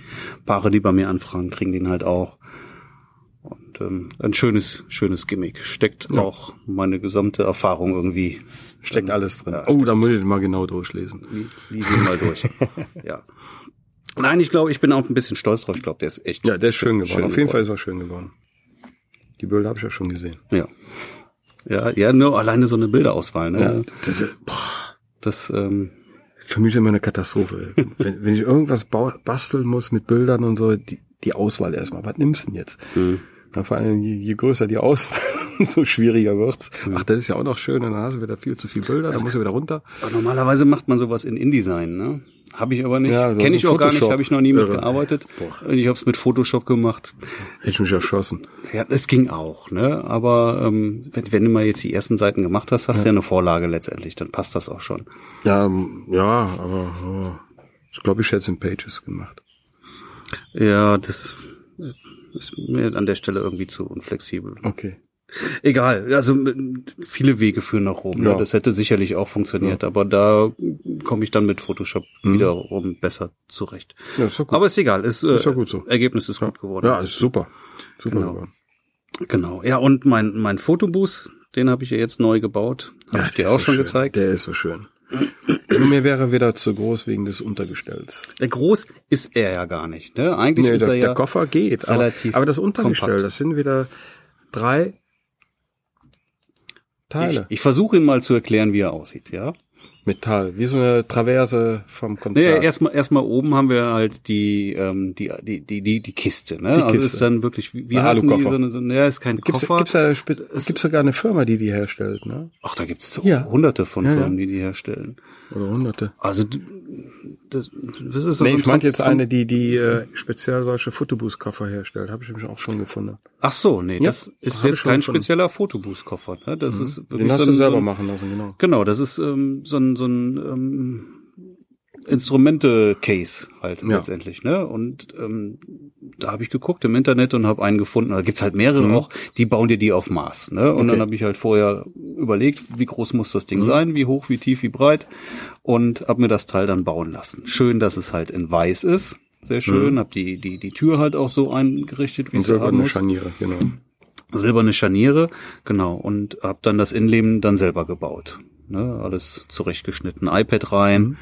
[SPEAKER 1] Paare, die bei mir anfragen, kriegen den halt auch. Und ähm, ein schönes, schönes Gimmick. Steckt
[SPEAKER 2] Ja.
[SPEAKER 1] auch meine gesamte Erfahrung irgendwie.
[SPEAKER 2] steckt
[SPEAKER 1] Dann-
[SPEAKER 2] alles drin.
[SPEAKER 1] Ja,
[SPEAKER 2] oh, da muss ich mal genau durchlesen.
[SPEAKER 1] Lies ihn mal
[SPEAKER 2] (laughs)
[SPEAKER 1] durch. ja. Nein, ich glaube, ich bin auch ein bisschen stolz drauf. Ich glaube, der ist echt.
[SPEAKER 2] Ja, der ist schön geworden.
[SPEAKER 1] Schön
[SPEAKER 2] Auf jeden
[SPEAKER 1] geworden.
[SPEAKER 2] Fall ist er schön geworden. Die Bilder habe ich ja schon gesehen.
[SPEAKER 1] Ja. Ja, ja, nur alleine so eine Bilderauswahl. Ne?
[SPEAKER 2] Das ist, boah,
[SPEAKER 1] Das, ähm,
[SPEAKER 2] für mich immer eine (laughs) Katastrophe. wenn, wenn ich irgendwas bau- basteln muss mit Bildern und so, die, die Auswahl erstmal. Was nimmst du denn jetzt? Dann vor allem, je, je größer die Auswahl, (laughs) umso schwieriger wird's. Ach, das ist ja auch noch schön. Und dann hast du wieder viel zu viel Bilder, dann musst du wieder runter.
[SPEAKER 1] Aber normalerweise macht man sowas in InDesign, ne? Habe ich aber nicht.
[SPEAKER 2] Ja, du
[SPEAKER 1] Kenne
[SPEAKER 2] hast
[SPEAKER 1] ich auch gar nicht,
[SPEAKER 2] Photoshop.
[SPEAKER 1] habe ich noch nie
[SPEAKER 2] Irre.
[SPEAKER 1] mitgearbeitet.
[SPEAKER 2] Boah.
[SPEAKER 1] Ich habe es mit Photoshop gemacht.
[SPEAKER 2] Hätte ich mich erschossen.
[SPEAKER 1] Ja, das ging auch, ne? Aber ähm, wenn, wenn du mal jetzt die ersten Seiten gemacht hast, hast du ja eine Vorlage letztendlich, dann passt das auch schon.
[SPEAKER 2] Ja, m- ja, aber oh, ich glaube, ich hätte es in Pages gemacht.
[SPEAKER 1] Ja, das ist mir an der Stelle irgendwie zu unflexibel.
[SPEAKER 2] Okay.
[SPEAKER 1] Egal, also m- viele Wege führen nach Rom. Ne?
[SPEAKER 2] Ja.
[SPEAKER 1] Das hätte sicherlich auch funktioniert, aber da komme ich dann mit Photoshop wiederum besser zurecht.
[SPEAKER 2] Ja, ist doch Mhm. gut.
[SPEAKER 1] Aber ist egal, ist, äh,
[SPEAKER 2] Ist ja gut so.
[SPEAKER 1] Ergebnis ist gut geworden.
[SPEAKER 2] ja, ist super. Super
[SPEAKER 1] Genau.
[SPEAKER 2] geworden.
[SPEAKER 1] Genau. Ja, und mein, mein Fotobus, den habe ich ja jetzt neu gebaut. Habe ich dir
[SPEAKER 2] Der
[SPEAKER 1] auch
[SPEAKER 2] ist so
[SPEAKER 1] schon
[SPEAKER 2] schön.
[SPEAKER 1] gezeigt. Der,
[SPEAKER 2] Der ist so schön. Mir wäre er wieder zu groß wegen des Untergestells.
[SPEAKER 1] groß ist er ja gar nicht. Ne? Eigentlich
[SPEAKER 2] Nee,
[SPEAKER 1] ist
[SPEAKER 2] der,
[SPEAKER 1] er ja.
[SPEAKER 2] der Koffer geht, aber,
[SPEAKER 1] relativ
[SPEAKER 2] aber das Untergestell,
[SPEAKER 1] kompakt.
[SPEAKER 2] das sind wieder drei
[SPEAKER 1] ich
[SPEAKER 2] Teile.
[SPEAKER 1] ich versuche ihn mal zu erklären, wie er aussieht, ja.
[SPEAKER 2] Metall, wie so eine Traverse vom
[SPEAKER 1] Nee,
[SPEAKER 2] Konzert.
[SPEAKER 1] erstmal erstmal oben haben wir halt die ähm, die die die die, die Kiste, ne?
[SPEAKER 2] Die
[SPEAKER 1] Also
[SPEAKER 2] Kiste.
[SPEAKER 1] ist dann wirklich wie, wie
[SPEAKER 2] Ein
[SPEAKER 1] heißen die so
[SPEAKER 2] Alukoffer.
[SPEAKER 1] eine, so eine ja, ist kein
[SPEAKER 2] gibt's,
[SPEAKER 1] Koffer.
[SPEAKER 2] gibt's, da, spe- gibt's sogar eine Firma, die die herstellt, ne?
[SPEAKER 1] Ach, da gibt's so
[SPEAKER 2] Ja.
[SPEAKER 1] hunderte von
[SPEAKER 2] Ja, ja.
[SPEAKER 1] Firmen, die die herstellen.
[SPEAKER 2] Oder hunderte.
[SPEAKER 1] Also d- das, das ist also so
[SPEAKER 2] Nee,
[SPEAKER 1] ein
[SPEAKER 2] ich meinte
[SPEAKER 1] Trans-
[SPEAKER 2] jetzt eine, die die äh, speziell solche Fotobus-Koffer herstellt. Habe ich nämlich auch schon gefunden.
[SPEAKER 1] Ach so, nee,
[SPEAKER 2] Ja,
[SPEAKER 1] das ist
[SPEAKER 2] hab ich
[SPEAKER 1] jetzt
[SPEAKER 2] schon
[SPEAKER 1] kein
[SPEAKER 2] gefunden. Mhm.
[SPEAKER 1] spezieller Fotoboost-Koffer. Ne? Das ist
[SPEAKER 2] Den
[SPEAKER 1] so
[SPEAKER 2] hast
[SPEAKER 1] ein- so
[SPEAKER 2] du selber
[SPEAKER 1] ein-
[SPEAKER 2] machen lassen, genau.
[SPEAKER 1] Genau, das ist ähm, so ein, so ein ähm, Instrumente-Case halt
[SPEAKER 2] Ja.
[SPEAKER 1] letztendlich, ne? Und ähm, da habe ich geguckt im Internet und habe einen gefunden. Da gibt's halt mehrere auch, die bauen dir die auf Maß, ne? Und dann
[SPEAKER 2] Mhm. Okay. Mhm.
[SPEAKER 1] habe ich halt vorher überlegt, wie groß muss das Ding sein, wie hoch, wie tief, wie breit und habe mir das Teil dann bauen lassen. Schön, dass es halt in weiß ist. Sehr schön, hab die die die Tür halt auch so eingerichtet, wie
[SPEAKER 2] Mhm. Und
[SPEAKER 1] sie haben
[SPEAKER 2] silberne
[SPEAKER 1] muss
[SPEAKER 2] Scharniere, genau.
[SPEAKER 1] silberne Scharniere, genau, und hab dann das Innenleben dann selber gebaut. Ne, alles zurechtgeschnitten, iPad rein.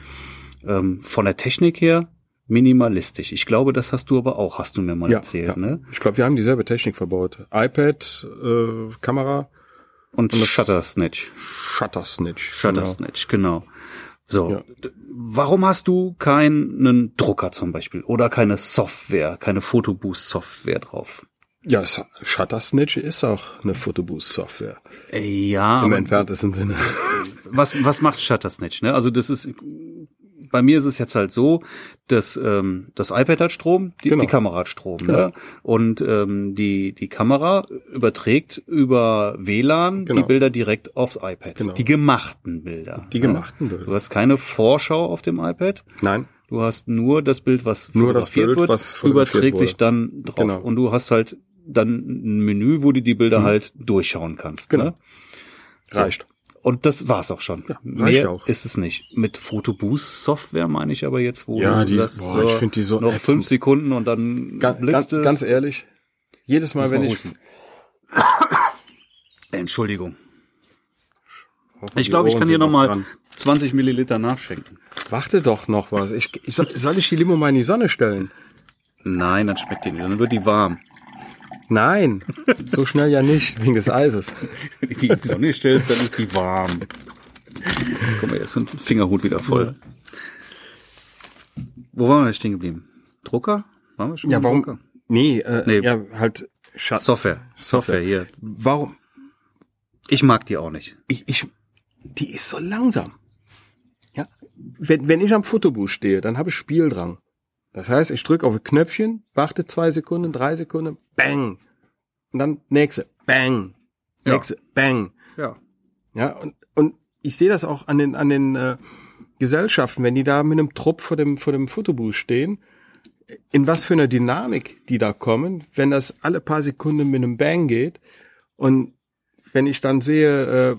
[SPEAKER 1] Ähm, von der Technik her minimalistisch. Ich glaube, das hast du aber auch, hast du mir mal erzählt, ne?
[SPEAKER 2] Ich glaube, wir haben dieselbe Technik verbaut. iPad, äh, Kamera,
[SPEAKER 1] Und, Genau. Shutter Snatch.
[SPEAKER 2] Shutter Snitch.
[SPEAKER 1] Shutter Snatch, genau. So,
[SPEAKER 2] Ja.
[SPEAKER 1] d- warum hast du keinen Drucker zum Beispiel oder keine Software, keine Fotoboost-Software draw
[SPEAKER 2] Ja, S- Shutter Snitch ist auch eine Photobooth-Software.
[SPEAKER 1] Äh, Ja,
[SPEAKER 2] Im
[SPEAKER 1] aber (laughs)
[SPEAKER 2] entferntesten Sinne.
[SPEAKER 1] was, was macht Shuttersnatch? Ne? Also das ist, bei mir ist es jetzt halt so, dass ähm, das iPad hat Strom, die,
[SPEAKER 2] Genau.
[SPEAKER 1] die Kamera hat Strom. Ne?
[SPEAKER 2] Genau.
[SPEAKER 1] Und ähm, die, die Kamera überträgt über WLAN
[SPEAKER 2] Genau.
[SPEAKER 1] die Bilder direkt aufs iPad.
[SPEAKER 2] Genau.
[SPEAKER 1] Die gemachten Bilder.
[SPEAKER 2] Die gemachten
[SPEAKER 1] Ne? Du
[SPEAKER 2] Bilder.
[SPEAKER 1] hast keine Vorschau auf dem iPad.
[SPEAKER 2] Nein.
[SPEAKER 1] Du hast nur das Bild, was
[SPEAKER 2] Nur das
[SPEAKER 1] fotografiert
[SPEAKER 2] Bild,
[SPEAKER 1] wird,
[SPEAKER 2] was fotografiert
[SPEAKER 1] überträgt
[SPEAKER 2] wurde.
[SPEAKER 1] sich dann drauf.
[SPEAKER 2] Genau. Mhm.
[SPEAKER 1] Und du hast halt dann ein Menü, wo du die Bilder halt durchschauen kannst.
[SPEAKER 2] Genau.
[SPEAKER 1] Ne?
[SPEAKER 2] Reicht.
[SPEAKER 1] Und das war's auch schon.
[SPEAKER 2] reicht
[SPEAKER 1] Mehr
[SPEAKER 2] ja auch.
[SPEAKER 1] ist es nicht. Mit Photoboost Software meine ich aber jetzt, wo
[SPEAKER 2] Ja,
[SPEAKER 1] du
[SPEAKER 2] die-
[SPEAKER 1] sagst,
[SPEAKER 2] boah, ich find die so
[SPEAKER 1] noch
[SPEAKER 2] ätzend.
[SPEAKER 1] fünf Sekunden und dann
[SPEAKER 2] Ganz, ganz,
[SPEAKER 1] blitzt es.
[SPEAKER 2] ganz ehrlich, jedes Mal,
[SPEAKER 1] Muss
[SPEAKER 2] wenn
[SPEAKER 1] mal
[SPEAKER 2] ich...
[SPEAKER 1] husten. Entschuldigung.
[SPEAKER 2] Hoffen,
[SPEAKER 1] Ich
[SPEAKER 2] die
[SPEAKER 1] glaube, ich
[SPEAKER 2] Ohren
[SPEAKER 1] kann dir
[SPEAKER 2] sind
[SPEAKER 1] nochmal
[SPEAKER 2] dran.
[SPEAKER 1] 20 Milliliter nachschenken.
[SPEAKER 2] Warte doch noch was. Ich, ich, soll soll ich die Limo mal in die Sonne stellen?
[SPEAKER 1] Nein, dann schmeckt die nicht. Dann wird die warm. (laughs)
[SPEAKER 2] Nein, so schnell ja nicht, wegen des Eises.
[SPEAKER 1] Wenn du die in die Sonne stellst, dann ist die warm. Guck mal, jetzt ist ein Fingerhut wieder voll. Wo waren wir denn stehen geblieben? Drucker? Waren wir schon beim Drucker?
[SPEAKER 2] Nee, äh,
[SPEAKER 1] Nee.
[SPEAKER 2] ja, halt Schatten.
[SPEAKER 1] Software. Software, hier.
[SPEAKER 2] Warum?
[SPEAKER 1] Ich mag die auch nicht.
[SPEAKER 2] Ich, ich, die ist so langsam. Ja. Wenn, wenn ich am Fotobus stehe, dann habe ich Spieldrang. Das heißt, ich drücke auf ein Knöpfchen, warte zwei Sekunden, drei Sekunden, bang. Und dann nächste, bang.
[SPEAKER 1] Ja.
[SPEAKER 2] Nächste, bang.
[SPEAKER 1] Ja.
[SPEAKER 2] Ja, und, und ich sehe das auch an den, an den äh, Gesellschaften, wenn die da mit einem Trupp vor dem, vor dem Fotobus stehen, in was für einer Dynamik die da kommen, wenn das alle paar Sekunden mit einem Bang geht. Und wenn ich dann sehe, äh,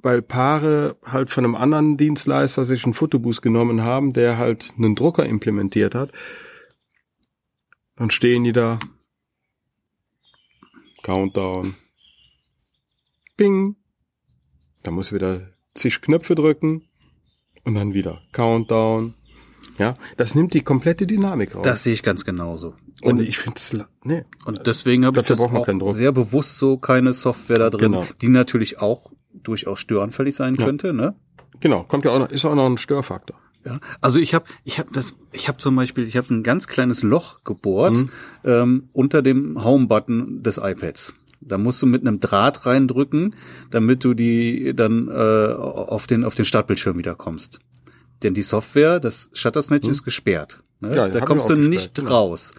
[SPEAKER 2] weil Paare halt von einem anderen Dienstleister sich einen Fotobus genommen haben, der halt einen Drucker implementiert hat, dann stehen die da. Countdown. Bing. Da muss wieder zig Knöpfe drücken und dann wieder Countdown. Ja, das nimmt die komplette Dynamik raus.
[SPEAKER 1] Das sehe ich ganz genauso.
[SPEAKER 2] und ich finde es, nee,
[SPEAKER 1] Und deswegen habe ich
[SPEAKER 2] Dafür
[SPEAKER 1] das
[SPEAKER 2] braucht man
[SPEAKER 1] auch
[SPEAKER 2] keinen Druck.
[SPEAKER 1] sehr bewusst so keine Software da drin,
[SPEAKER 2] Genau.
[SPEAKER 1] die natürlich auch durchaus störanfällig sein
[SPEAKER 2] Ja.
[SPEAKER 1] könnte. Ne?
[SPEAKER 2] genau, kommt ja auch noch, ist auch noch ein Störfaktor.
[SPEAKER 1] Ja. Also ich habe, ich habe das, ich habe zum Beispiel, ich habe ein ganz kleines Loch gebohrt
[SPEAKER 2] Mhm.
[SPEAKER 1] ähm, unter dem Home-Button des iPads. Da musst du mit einem Draht reindrücken, damit du die dann äh, auf den auf den Startbildschirm wieder kommst. Denn die Software, das Shuttersnatch ist gesperrt. Ne?
[SPEAKER 2] Mhm. Ja, die
[SPEAKER 1] da
[SPEAKER 2] haben
[SPEAKER 1] kommst
[SPEAKER 2] wir
[SPEAKER 1] du
[SPEAKER 2] auch
[SPEAKER 1] nicht
[SPEAKER 2] gesperrt, genau.
[SPEAKER 1] raus.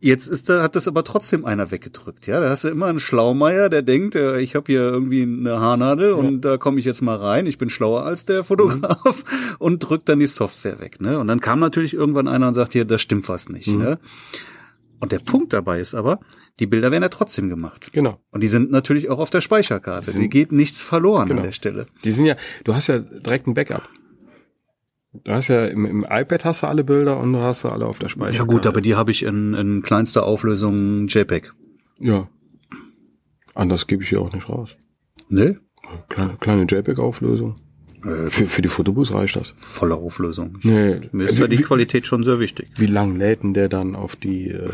[SPEAKER 1] Jetzt ist da, hat das aber trotzdem einer weggedrückt, ja. Da hast du immer einen Schlaumeier, der denkt, äh, ich habe hier irgendwie eine Haarnadel und da komme ich jetzt mal rein, ich bin schlauer als der Fotograf (laughs) und drückt dann die Software weg, ne? Und dann kam natürlich irgendwann einer und sagt, hier, das stimmt was nicht, ne? Und der Punkt dabei ist aber, die Bilder werden ja trotzdem gemacht.
[SPEAKER 2] Genau.
[SPEAKER 1] Und die sind natürlich auch auf der Speicherkarte.
[SPEAKER 2] sind-
[SPEAKER 1] Die geht nichts verloren
[SPEAKER 2] Genau.
[SPEAKER 1] an der Stelle.
[SPEAKER 2] Die sind ja, du hast ja direkt ein Backup. Du hast ja im, im iPad hast du alle Bilder und du hast sie alle auf der Speicherkarte.
[SPEAKER 1] Ja gut, aber die habe ich in, in kleinster Auflösung JPEG.
[SPEAKER 2] Ja. Anders gebe ich hier auch nicht raus.
[SPEAKER 1] Ne?
[SPEAKER 2] Kleine, kleine JPEG-Auflösung. Äh, Für, für die Fotobus reicht das.
[SPEAKER 1] Volle Auflösung.
[SPEAKER 2] Nee.
[SPEAKER 1] Mir ist ja die
[SPEAKER 2] wie,
[SPEAKER 1] Qualität schon sehr wichtig.
[SPEAKER 2] wie lang lädt denn der dann auf die äh,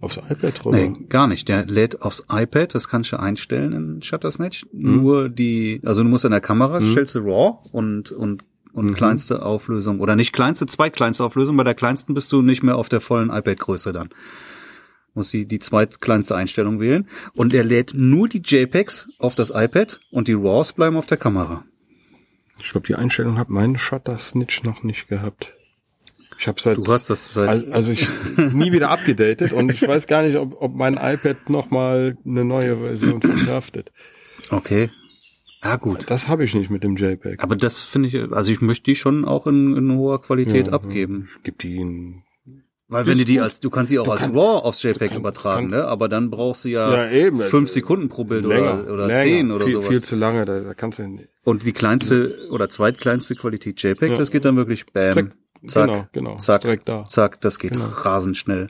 [SPEAKER 2] aufs iPad drüber?
[SPEAKER 1] Nee, gar nicht. Der lädt aufs iPad, das kannst du einstellen in Shuttersnatch. Nur die, also du musst an der Kamera, stellst du RAW und, und, und kleinste Auflösung oder nicht kleinste, zwei kleinste Auflösung. Bei der kleinsten bist du nicht mehr auf der vollen iPad-Größe dann. Muss die, die zweitkleinste Einstellung wählen. Und er lädt nur die JPEGs auf das iPad und die RAWs bleiben auf der Kamera.
[SPEAKER 2] Ich glaube, die Einstellung hat mein Shutter Snitch noch nicht gehabt. Ich habe seit
[SPEAKER 1] Du hast das seit-
[SPEAKER 2] also, also
[SPEAKER 1] (laughs)
[SPEAKER 2] ich nie wieder abgedatet und ich weiß gar nicht, ob, ob mein iPad noch mal eine neue Version verkraftet.
[SPEAKER 1] Okay. Ja, gut.
[SPEAKER 2] Das habe ich nicht mit dem JPEG.
[SPEAKER 1] Aber das finde ich, also ich möchte die schon auch in, in hoher Qualität
[SPEAKER 2] Ja,
[SPEAKER 1] abgeben.
[SPEAKER 2] Ich gebe die in
[SPEAKER 1] Weil wenn
[SPEAKER 2] Ist
[SPEAKER 1] du die
[SPEAKER 2] gut.
[SPEAKER 1] als, du kannst die auch als RAW aufs JPEG übertragen, ne? Aber dann brauchst du ja,
[SPEAKER 2] Ja, eben.
[SPEAKER 1] fünf Sekunden pro Bild
[SPEAKER 2] länger,
[SPEAKER 1] oder, oder
[SPEAKER 2] länger.
[SPEAKER 1] zehn oder
[SPEAKER 2] viel,
[SPEAKER 1] sowas.
[SPEAKER 2] Viel zu lange, da, da kannst du nicht.
[SPEAKER 1] Und die kleinste oder zweitkleinste Qualität JPEG,
[SPEAKER 2] Ja.
[SPEAKER 1] das geht dann wirklich bam, zack,
[SPEAKER 2] Zack.
[SPEAKER 1] zack,
[SPEAKER 2] genau, genau.
[SPEAKER 1] zack,
[SPEAKER 2] Direkt da.
[SPEAKER 1] das geht
[SPEAKER 2] Genau.
[SPEAKER 1] rasend schnell.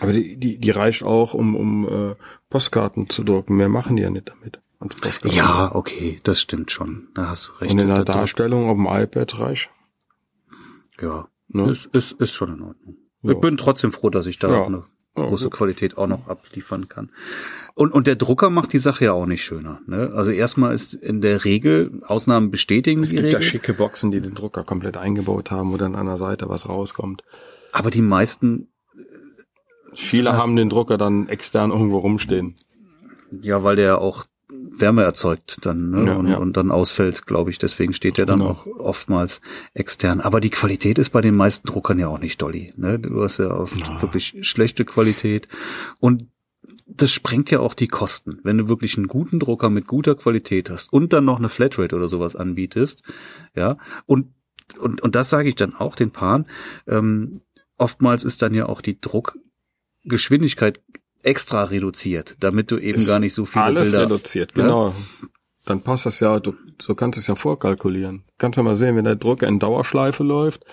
[SPEAKER 2] Aber die, die, die reicht auch, um, um äh, Postkarten zu drucken. Mehr machen die ja nicht damit als Postkarten.
[SPEAKER 1] Ja, okay, das stimmt schon. Da hast du recht.
[SPEAKER 2] Und in der
[SPEAKER 1] Da- da-
[SPEAKER 2] Darstellung auf dem iPad reicht.
[SPEAKER 1] ja,
[SPEAKER 2] Ne?
[SPEAKER 1] ist, ist, ist schon in Ordnung.
[SPEAKER 2] Ja.
[SPEAKER 1] Ich bin trotzdem froh, dass ich da
[SPEAKER 2] Ja.
[SPEAKER 1] auch eine
[SPEAKER 2] Ja,
[SPEAKER 1] große
[SPEAKER 2] gut.
[SPEAKER 1] Qualität auch noch abliefern kann. Und, und der Drucker macht die Sache ja auch nicht schöner. Ne? Also erstmal ist in der Regel, Ausnahmen bestätigen
[SPEAKER 2] Es
[SPEAKER 1] die
[SPEAKER 2] gibt ja
[SPEAKER 1] Regel.
[SPEAKER 2] schicke Boxen, die den Drucker komplett eingebaut haben, wo dann an der Seite was rauskommt.
[SPEAKER 1] Aber die meisten,
[SPEAKER 2] Viele
[SPEAKER 1] Das-
[SPEAKER 2] haben den Drucker dann extern irgendwo rumstehen.
[SPEAKER 1] ja, weil der auch Wärme erzeugt dann ne?
[SPEAKER 2] Ja,
[SPEAKER 1] und,
[SPEAKER 2] ja.
[SPEAKER 1] und dann ausfällt, glaube ich. Deswegen steht der dann
[SPEAKER 2] Genau.
[SPEAKER 1] auch oftmals extern. Aber die Qualität ist bei den meisten Druckern ja auch nicht dolly. Ne? Du hast ja oft wirklich schlechte Qualität und das sprengt ja auch die Kosten. Wenn du wirklich einen guten Drucker mit guter Qualität hast und dann noch eine Flatrate oder sowas anbietest, ja, und und, und das sage ich dann auch den Paaren. Ähm, oftmals ist dann ja auch die Druckgeschwindigkeit extra reduziert, damit du eben
[SPEAKER 2] Ist
[SPEAKER 1] gar nicht so viele
[SPEAKER 2] Alles
[SPEAKER 1] Bilder.
[SPEAKER 2] reduziert,
[SPEAKER 1] Ja.
[SPEAKER 2] genau. Dann passt das ja, du, so kannst du es ja vorkalkulieren. Kannst ja mal sehen, wenn der Drucker in Dauerschleife läuft,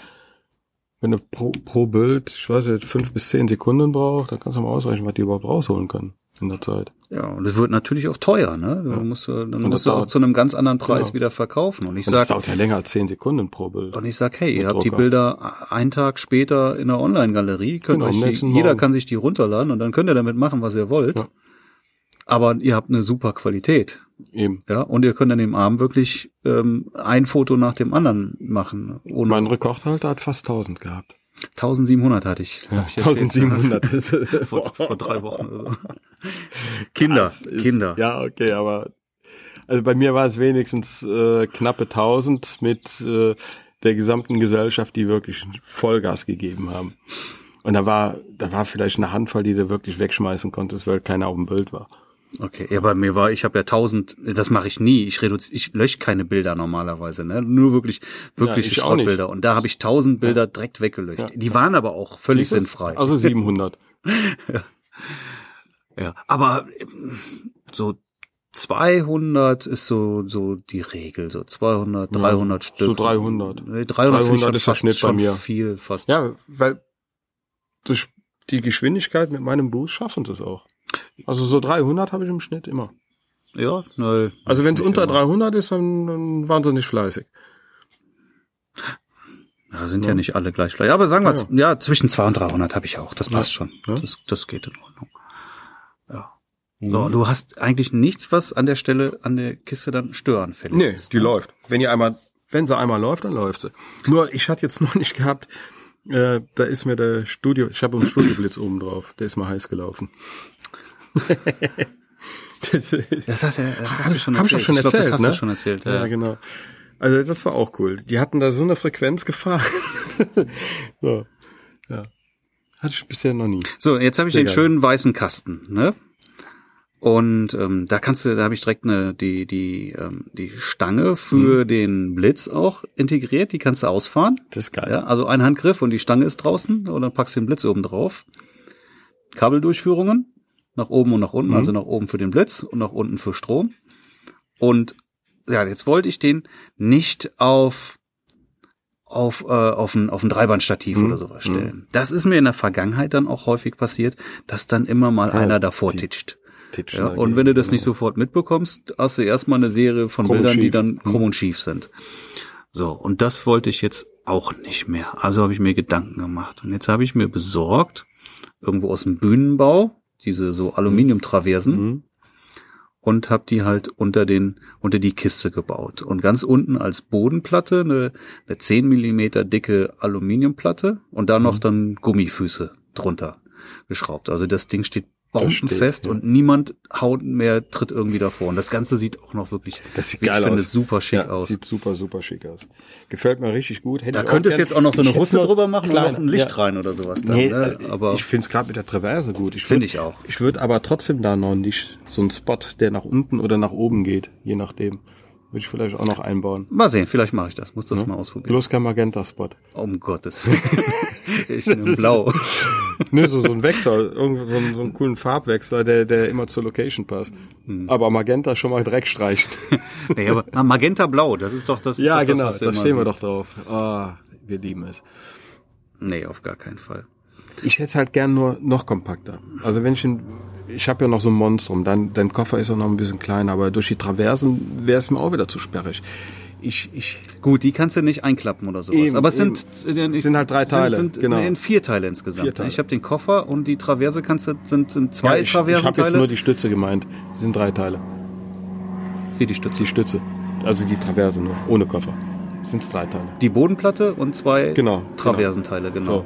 [SPEAKER 2] wenn du pro, pro Bild, ich weiß nicht, fünf bis zehn Sekunden braucht, dann kannst du mal ausrechnen, was die überhaupt rausholen können in der Zeit.
[SPEAKER 1] Ja, und es wird natürlich auch teuer, ne? Du
[SPEAKER 2] Ja.
[SPEAKER 1] musst, äh, dann
[SPEAKER 2] das
[SPEAKER 1] musst du auch
[SPEAKER 2] dauert-
[SPEAKER 1] zu einem ganz anderen Preis
[SPEAKER 2] Genau.
[SPEAKER 1] wieder verkaufen. Und ich
[SPEAKER 2] Und das
[SPEAKER 1] sag,
[SPEAKER 2] dauert ja länger als zehn Sekunden pro Bild.
[SPEAKER 1] und ich sag, hey, ihr habt die
[SPEAKER 2] Drucker.
[SPEAKER 1] Bilder einen Tag später in der Online-Galerie, könnt
[SPEAKER 2] Genau, am
[SPEAKER 1] euch die,
[SPEAKER 2] nächsten
[SPEAKER 1] jeder
[SPEAKER 2] Morgen.
[SPEAKER 1] kann sich die runterladen und dann könnt ihr damit machen, was ihr wollt.
[SPEAKER 2] Ja.
[SPEAKER 1] Aber ihr habt eine super Qualität.
[SPEAKER 2] Eben.
[SPEAKER 1] Ja, und ihr könnt an dem Arm wirklich ähm, ein Foto nach dem anderen machen. Ohne
[SPEAKER 2] Mein Rekordhalter hat fast 1000 gehabt.
[SPEAKER 1] 1700 hatte ich. hab ich erzählt. ne? (laughs) vor, vor drei Wochen
[SPEAKER 2] (laughs)
[SPEAKER 1] oder so. Kinder,
[SPEAKER 2] Ist-
[SPEAKER 1] Kinder.
[SPEAKER 2] Ja, okay, aber also bei mir war es wenigstens äh, knappe 1000 mit äh, der gesamten Gesellschaft, die wirklich Vollgas gegeben haben. Und da war, da war vielleicht eine Handvoll, die du wirklich wegschmeißen konntest, weil keiner auf dem Bild war.
[SPEAKER 1] Okay, ja, bei mir war, ich habe ja tausend, das mache ich nie, ich reduziere, ich lösche keine Bilder normalerweise, ne? Nur wirklich, wirklich
[SPEAKER 2] Ja, ich auch nicht.
[SPEAKER 1] Schrottbilder. Und da habe ich tausend Bilder direkt weggelöscht.
[SPEAKER 2] Ja.
[SPEAKER 1] Die waren aber auch völlig
[SPEAKER 2] Siehst du's?
[SPEAKER 1] sinnfrei.
[SPEAKER 2] Also 700.
[SPEAKER 1] ja. Aber ähm, so 200 ist so, so die Regel, so 200, 300 Stück.
[SPEAKER 2] so 300.
[SPEAKER 1] Nee, 300, finde ich
[SPEAKER 2] 300
[SPEAKER 1] schon
[SPEAKER 2] ist der
[SPEAKER 1] fast
[SPEAKER 2] Schnitt bei
[SPEAKER 1] schon
[SPEAKER 2] mir.
[SPEAKER 1] viel, fast.
[SPEAKER 2] ja, weil durch die Geschwindigkeit mit meinem Buch schaffen sie es auch. Also so 300 habe ich im Schnitt immer.
[SPEAKER 1] Ja, ne,
[SPEAKER 2] Also wenn es
[SPEAKER 1] nicht
[SPEAKER 2] unter
[SPEAKER 1] immer.
[SPEAKER 2] 300 ist, dann, dann waren sie nicht fleißig.
[SPEAKER 1] Ja, sind ja nicht alle gleich gleich. Aber sagen wir,
[SPEAKER 2] Ja.
[SPEAKER 1] ja, zwischen 200 und 300 habe ich auch. Das passt schon.
[SPEAKER 2] Ja. Mhm.
[SPEAKER 1] Das, das geht in Ordnung. Ja. So, und du hast eigentlich nichts, was an der Stelle, an der Kiste dann störanfällig
[SPEAKER 2] Nee,
[SPEAKER 1] ist.
[SPEAKER 2] die läuft. Wenn ihr einmal, wenn sie einmal läuft, dann läuft sie. Nur, ich hatte jetzt (laughs) noch nicht gehabt, äh, da ist mir der Studio, ich habe einen Studioblitz oben drauf, der ist mal heiß gelaufen.
[SPEAKER 1] Das hast, du- das hast du schon
[SPEAKER 2] Hab ich
[SPEAKER 1] erzählt.
[SPEAKER 2] doch schon
[SPEAKER 1] ich glaub,
[SPEAKER 2] erzählt,
[SPEAKER 1] das hast
[SPEAKER 2] ne?
[SPEAKER 1] du schon erzählt.
[SPEAKER 2] Ja,
[SPEAKER 1] Ja.
[SPEAKER 2] genau. Also das war auch cool. Die hatten da so eine Frequenz gefahren. (laughs) so, ja. Hatte ich bisher noch nie.
[SPEAKER 1] So, jetzt habe ich
[SPEAKER 2] Sehr
[SPEAKER 1] den
[SPEAKER 2] geil.
[SPEAKER 1] schönen weißen Kasten, ne? Und ähm, da kannst du, da habe ich direkt eine, die, die, ähm, die Stange für den Blitz auch integriert, die kannst du ausfahren.
[SPEAKER 2] Das ist geil.
[SPEAKER 1] Ja, also ein Handgriff und die Stange ist draußen und dann packst du den Blitz oben drauf. Kabeldurchführungen nach oben und nach unten,
[SPEAKER 2] Mhm.
[SPEAKER 1] also nach oben für den Blitz und nach unten für Strom. Und ja, jetzt wollte ich den nicht auf auf äh, auf ein auf ein Dreibandstativ
[SPEAKER 2] Mhm.
[SPEAKER 1] oder sowas stellen. Das ist mir in der Vergangenheit dann auch häufig passiert, dass dann immer mal
[SPEAKER 2] Ja,
[SPEAKER 1] einer davor
[SPEAKER 2] Oh, die-
[SPEAKER 1] titscht.
[SPEAKER 2] Titsch
[SPEAKER 1] Ja,
[SPEAKER 2] dagegen,
[SPEAKER 1] und wenn du das nicht
[SPEAKER 2] genau.
[SPEAKER 1] sofort mitbekommst, hast du erstmal eine Serie von
[SPEAKER 2] Krumm und
[SPEAKER 1] Bildern, die
[SPEAKER 2] schief.
[SPEAKER 1] dann krumm
[SPEAKER 2] Mhm.
[SPEAKER 1] und schief sind. So, und das wollte ich jetzt auch nicht mehr. Also habe ich mir Gedanken gemacht. Und jetzt habe ich mir besorgt, irgendwo aus dem Bühnenbau, diese so Aluminiumtraversen,
[SPEAKER 2] Mhm.
[SPEAKER 1] und habe die halt unter den unter die Kiste gebaut und ganz unten als Bodenplatte eine, eine 10 Millimeter dicke
[SPEAKER 2] Mhm.
[SPEAKER 1] Aluminiumplatte und da noch dann Gummifüße drunter geschraubt. Also das Ding steht bombenfest
[SPEAKER 2] ja.
[SPEAKER 1] und niemand haut mehr, tritt irgendwie davor. Und das Ganze sieht auch noch wirklich,
[SPEAKER 2] Das sieht
[SPEAKER 1] wie
[SPEAKER 2] geil
[SPEAKER 1] ich finde,
[SPEAKER 2] aus.
[SPEAKER 1] super schick
[SPEAKER 2] Ja,
[SPEAKER 1] aus.
[SPEAKER 2] Sieht super, super schick aus. Gefällt mir richtig gut. Hätte
[SPEAKER 1] Da
[SPEAKER 2] ich auch
[SPEAKER 1] könntest
[SPEAKER 2] gern.
[SPEAKER 1] jetzt auch noch so
[SPEAKER 2] Ich
[SPEAKER 1] eine
[SPEAKER 2] hätte
[SPEAKER 1] Russe
[SPEAKER 2] noch
[SPEAKER 1] drüber machen und
[SPEAKER 2] kleiner,
[SPEAKER 1] noch ein Licht
[SPEAKER 2] ja.
[SPEAKER 1] rein oder sowas. Dann,
[SPEAKER 2] Nee,
[SPEAKER 1] ne?
[SPEAKER 2] äh,
[SPEAKER 1] Aber
[SPEAKER 2] ich finde es gerade mit der Traverse gut. Ich
[SPEAKER 1] Find
[SPEAKER 2] würd-
[SPEAKER 1] ich auch.
[SPEAKER 2] Ich würde aber trotzdem da noch nicht so einen Spot, der nach unten oder nach oben geht, je nachdem, würde ich vielleicht auch noch einbauen.
[SPEAKER 1] mal sehen, vielleicht mache ich das. Muss das mal
[SPEAKER 2] (laughs)
[SPEAKER 1] ausprobieren.
[SPEAKER 2] Bloß kein Magenta-Spot.
[SPEAKER 1] Um Gottes Willen. (laughs) ich nehme blau.
[SPEAKER 2] ne, so, so ein Wechsel, (laughs) irgendwo so, einen- so einen coolen Farbwechsler, der, der immer zur Location passt. Aber Magenta schon mal Dreck streichen.
[SPEAKER 1] Nee, aber ah, Magenta Blau, das ist doch das. ist
[SPEAKER 2] (laughs)
[SPEAKER 1] doch das, was du
[SPEAKER 2] da
[SPEAKER 1] immer
[SPEAKER 2] genau, stehen wir doch
[SPEAKER 1] siehst.
[SPEAKER 2] drauf. Ah, wir lieben es.
[SPEAKER 1] Nee, auf gar keinen Fall.
[SPEAKER 2] Ich hätte es halt gern nur noch kompakter. Also wenn ich den, ich habe ja noch so ein Monstrum, dein, dein Koffer ist auch noch ein bisschen klein, aber durch die Traversen wäre es mir auch wieder zu sperrig. Ich, ich,
[SPEAKER 1] Gut, die kannst du nicht einklappen oder sowas.
[SPEAKER 2] Eben,
[SPEAKER 1] aber es sind, äh,
[SPEAKER 2] eben. Es sind halt drei Teile,
[SPEAKER 1] Sind, sind,
[SPEAKER 2] genau.
[SPEAKER 1] nee, in vier Teile insgesamt. ne?
[SPEAKER 2] Vier Teile.
[SPEAKER 1] Ich habe den Koffer und die Traverse kannst du sind, sind zwei
[SPEAKER 2] ich, ich habe jetzt
[SPEAKER 1] Traversenteile.
[SPEAKER 2] nur die Stütze gemeint. Das sind drei Teile.
[SPEAKER 1] die, die Stütze.
[SPEAKER 2] Die Stütze. Also die Traverse nur, ohne Koffer. Sind es drei Teile.
[SPEAKER 1] Die Bodenplatte und zwei
[SPEAKER 2] Genau,
[SPEAKER 1] Traversenteile, genau.
[SPEAKER 2] So.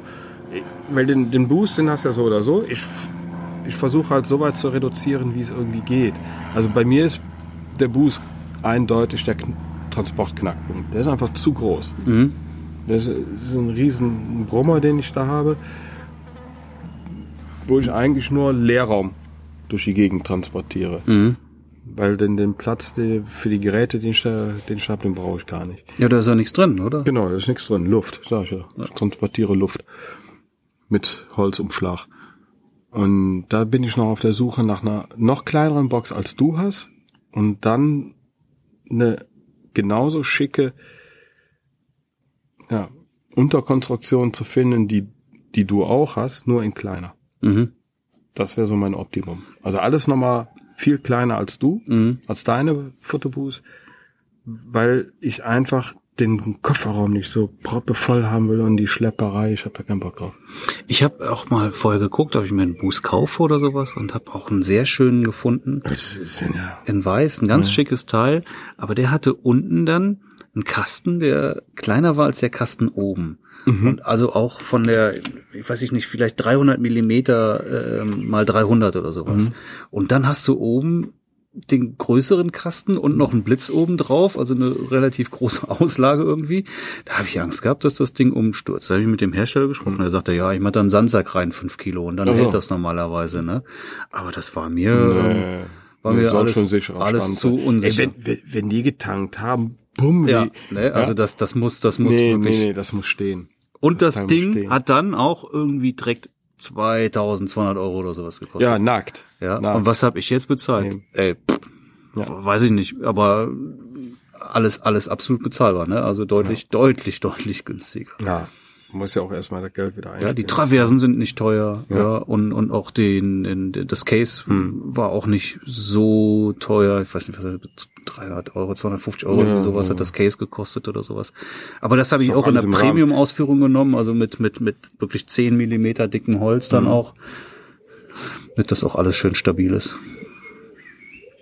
[SPEAKER 2] Weil den, den Boost, den hast du ja so oder so. Ich, ich versuche halt so weit zu reduzieren, wie es irgendwie geht. Also bei mir ist der Boost eindeutig der Kn- Transportknackpunkt. Der ist einfach zu groß.
[SPEAKER 1] Mhm.
[SPEAKER 2] Das ist ein riesen Brummer, den ich da habe, wo ich eigentlich nur Leerraum durch die Gegend transportiere.
[SPEAKER 1] Mhm.
[SPEAKER 2] Weil den, den Platz den, für die Geräte, den ich da, den ich habe, den brauche ich gar nicht.
[SPEAKER 1] Ja, da ist ja nichts drin, oder?
[SPEAKER 2] Genau, da ist nichts drin. Luft, sag ich ja. Ich transportiere Luft mit Holzumschlag. Und da bin ich noch auf der Suche nach einer noch kleineren Box als du hast und dann eine genauso schicke ja, Unterkonstruktion zu finden, die die du auch hast, nur in kleiner.
[SPEAKER 1] Mhm.
[SPEAKER 2] Das wäre so mein Optimum. Also alles nochmal viel kleiner als du,
[SPEAKER 1] Mhm.
[SPEAKER 2] als deine Fotobus, weil ich einfach den Kofferraum nicht so proppevoll haben will und die Schlepperei, ich habe da keinen Bock drauf.
[SPEAKER 1] Ich habe auch mal vorher geguckt, ob ich mir einen Boost kaufe oder sowas und habe auch einen sehr schönen gefunden.
[SPEAKER 2] Das ist ja
[SPEAKER 1] in weiß, ein ganz schickes Teil, aber der hatte unten dann einen Kasten, der kleiner war als der Kasten oben.
[SPEAKER 2] Mhm.
[SPEAKER 1] Und also auch von der, ich weiß ich nicht, vielleicht 300 Millimeter ähm, mal 300 oder sowas.
[SPEAKER 2] Mhm.
[SPEAKER 1] Und dann hast du oben den größeren Kasten und noch einen Blitz oben drauf, also eine relativ große (laughs) Auslage irgendwie. Da habe ich Angst gehabt, dass das Ding umstürzt. Da habe ich mit dem Hersteller
[SPEAKER 2] Mhm.
[SPEAKER 1] gesprochen. Er sagte, ja, ich mache da einen Sandsack rein, fünf Kilo, und dann
[SPEAKER 2] Ach so.
[SPEAKER 1] hält das normalerweise. Ne? Aber das war mir ähm,
[SPEAKER 2] Nee,
[SPEAKER 1] war
[SPEAKER 2] nee,
[SPEAKER 1] mir
[SPEAKER 2] soll
[SPEAKER 1] alles-
[SPEAKER 2] sicherer
[SPEAKER 1] alles
[SPEAKER 2] Stand
[SPEAKER 1] zu
[SPEAKER 2] sein.
[SPEAKER 1] unsicher.
[SPEAKER 2] Ey, wenn, wenn, wenn die getankt haben, bumm.
[SPEAKER 1] Ja,
[SPEAKER 2] die,
[SPEAKER 1] ne, also
[SPEAKER 2] ja?
[SPEAKER 1] das, das muss, das muss
[SPEAKER 2] nee,
[SPEAKER 1] wirklich.
[SPEAKER 2] nee, nee, das muss stehen.
[SPEAKER 1] Und das,
[SPEAKER 2] das Teil muss
[SPEAKER 1] Ding
[SPEAKER 2] stehen.
[SPEAKER 1] hat dann auch irgendwie direkt 2200 Euro oder sowas gekostet.
[SPEAKER 2] Ja, nackt.
[SPEAKER 1] ja.
[SPEAKER 2] nackt.
[SPEAKER 1] Und was habe ich jetzt bezahlt?
[SPEAKER 2] Nee.
[SPEAKER 1] Ey, pff,
[SPEAKER 2] Ja.
[SPEAKER 1] weiß ich nicht, aber alles, alles absolut bezahlbar, ne? Also deutlich, deutlich, deutlich günstiger.
[SPEAKER 2] Ja, muss ja auch erstmal das Geld wieder einspielen.
[SPEAKER 1] Ja, die Traversen sind nicht teuer, ja, und, und auch den, den das Case
[SPEAKER 2] Hm.
[SPEAKER 1] war auch nicht so teuer, ich weiß nicht, was hat das, 300 Euro, 250 Euro,
[SPEAKER 2] Ja,
[SPEAKER 1] irgendwie sowas
[SPEAKER 2] ja.
[SPEAKER 1] hat das Case gekostet oder sowas. Aber das habe ich
[SPEAKER 2] auch
[SPEAKER 1] auch in
[SPEAKER 2] alles
[SPEAKER 1] der
[SPEAKER 2] im Rahmen.
[SPEAKER 1] Premium-Ausführung genommen, also mit, mit, mit wirklich 10 Millimeter dickem Holz
[SPEAKER 2] Hm.
[SPEAKER 1] dann auch, damit das auch alles schön stabil ist.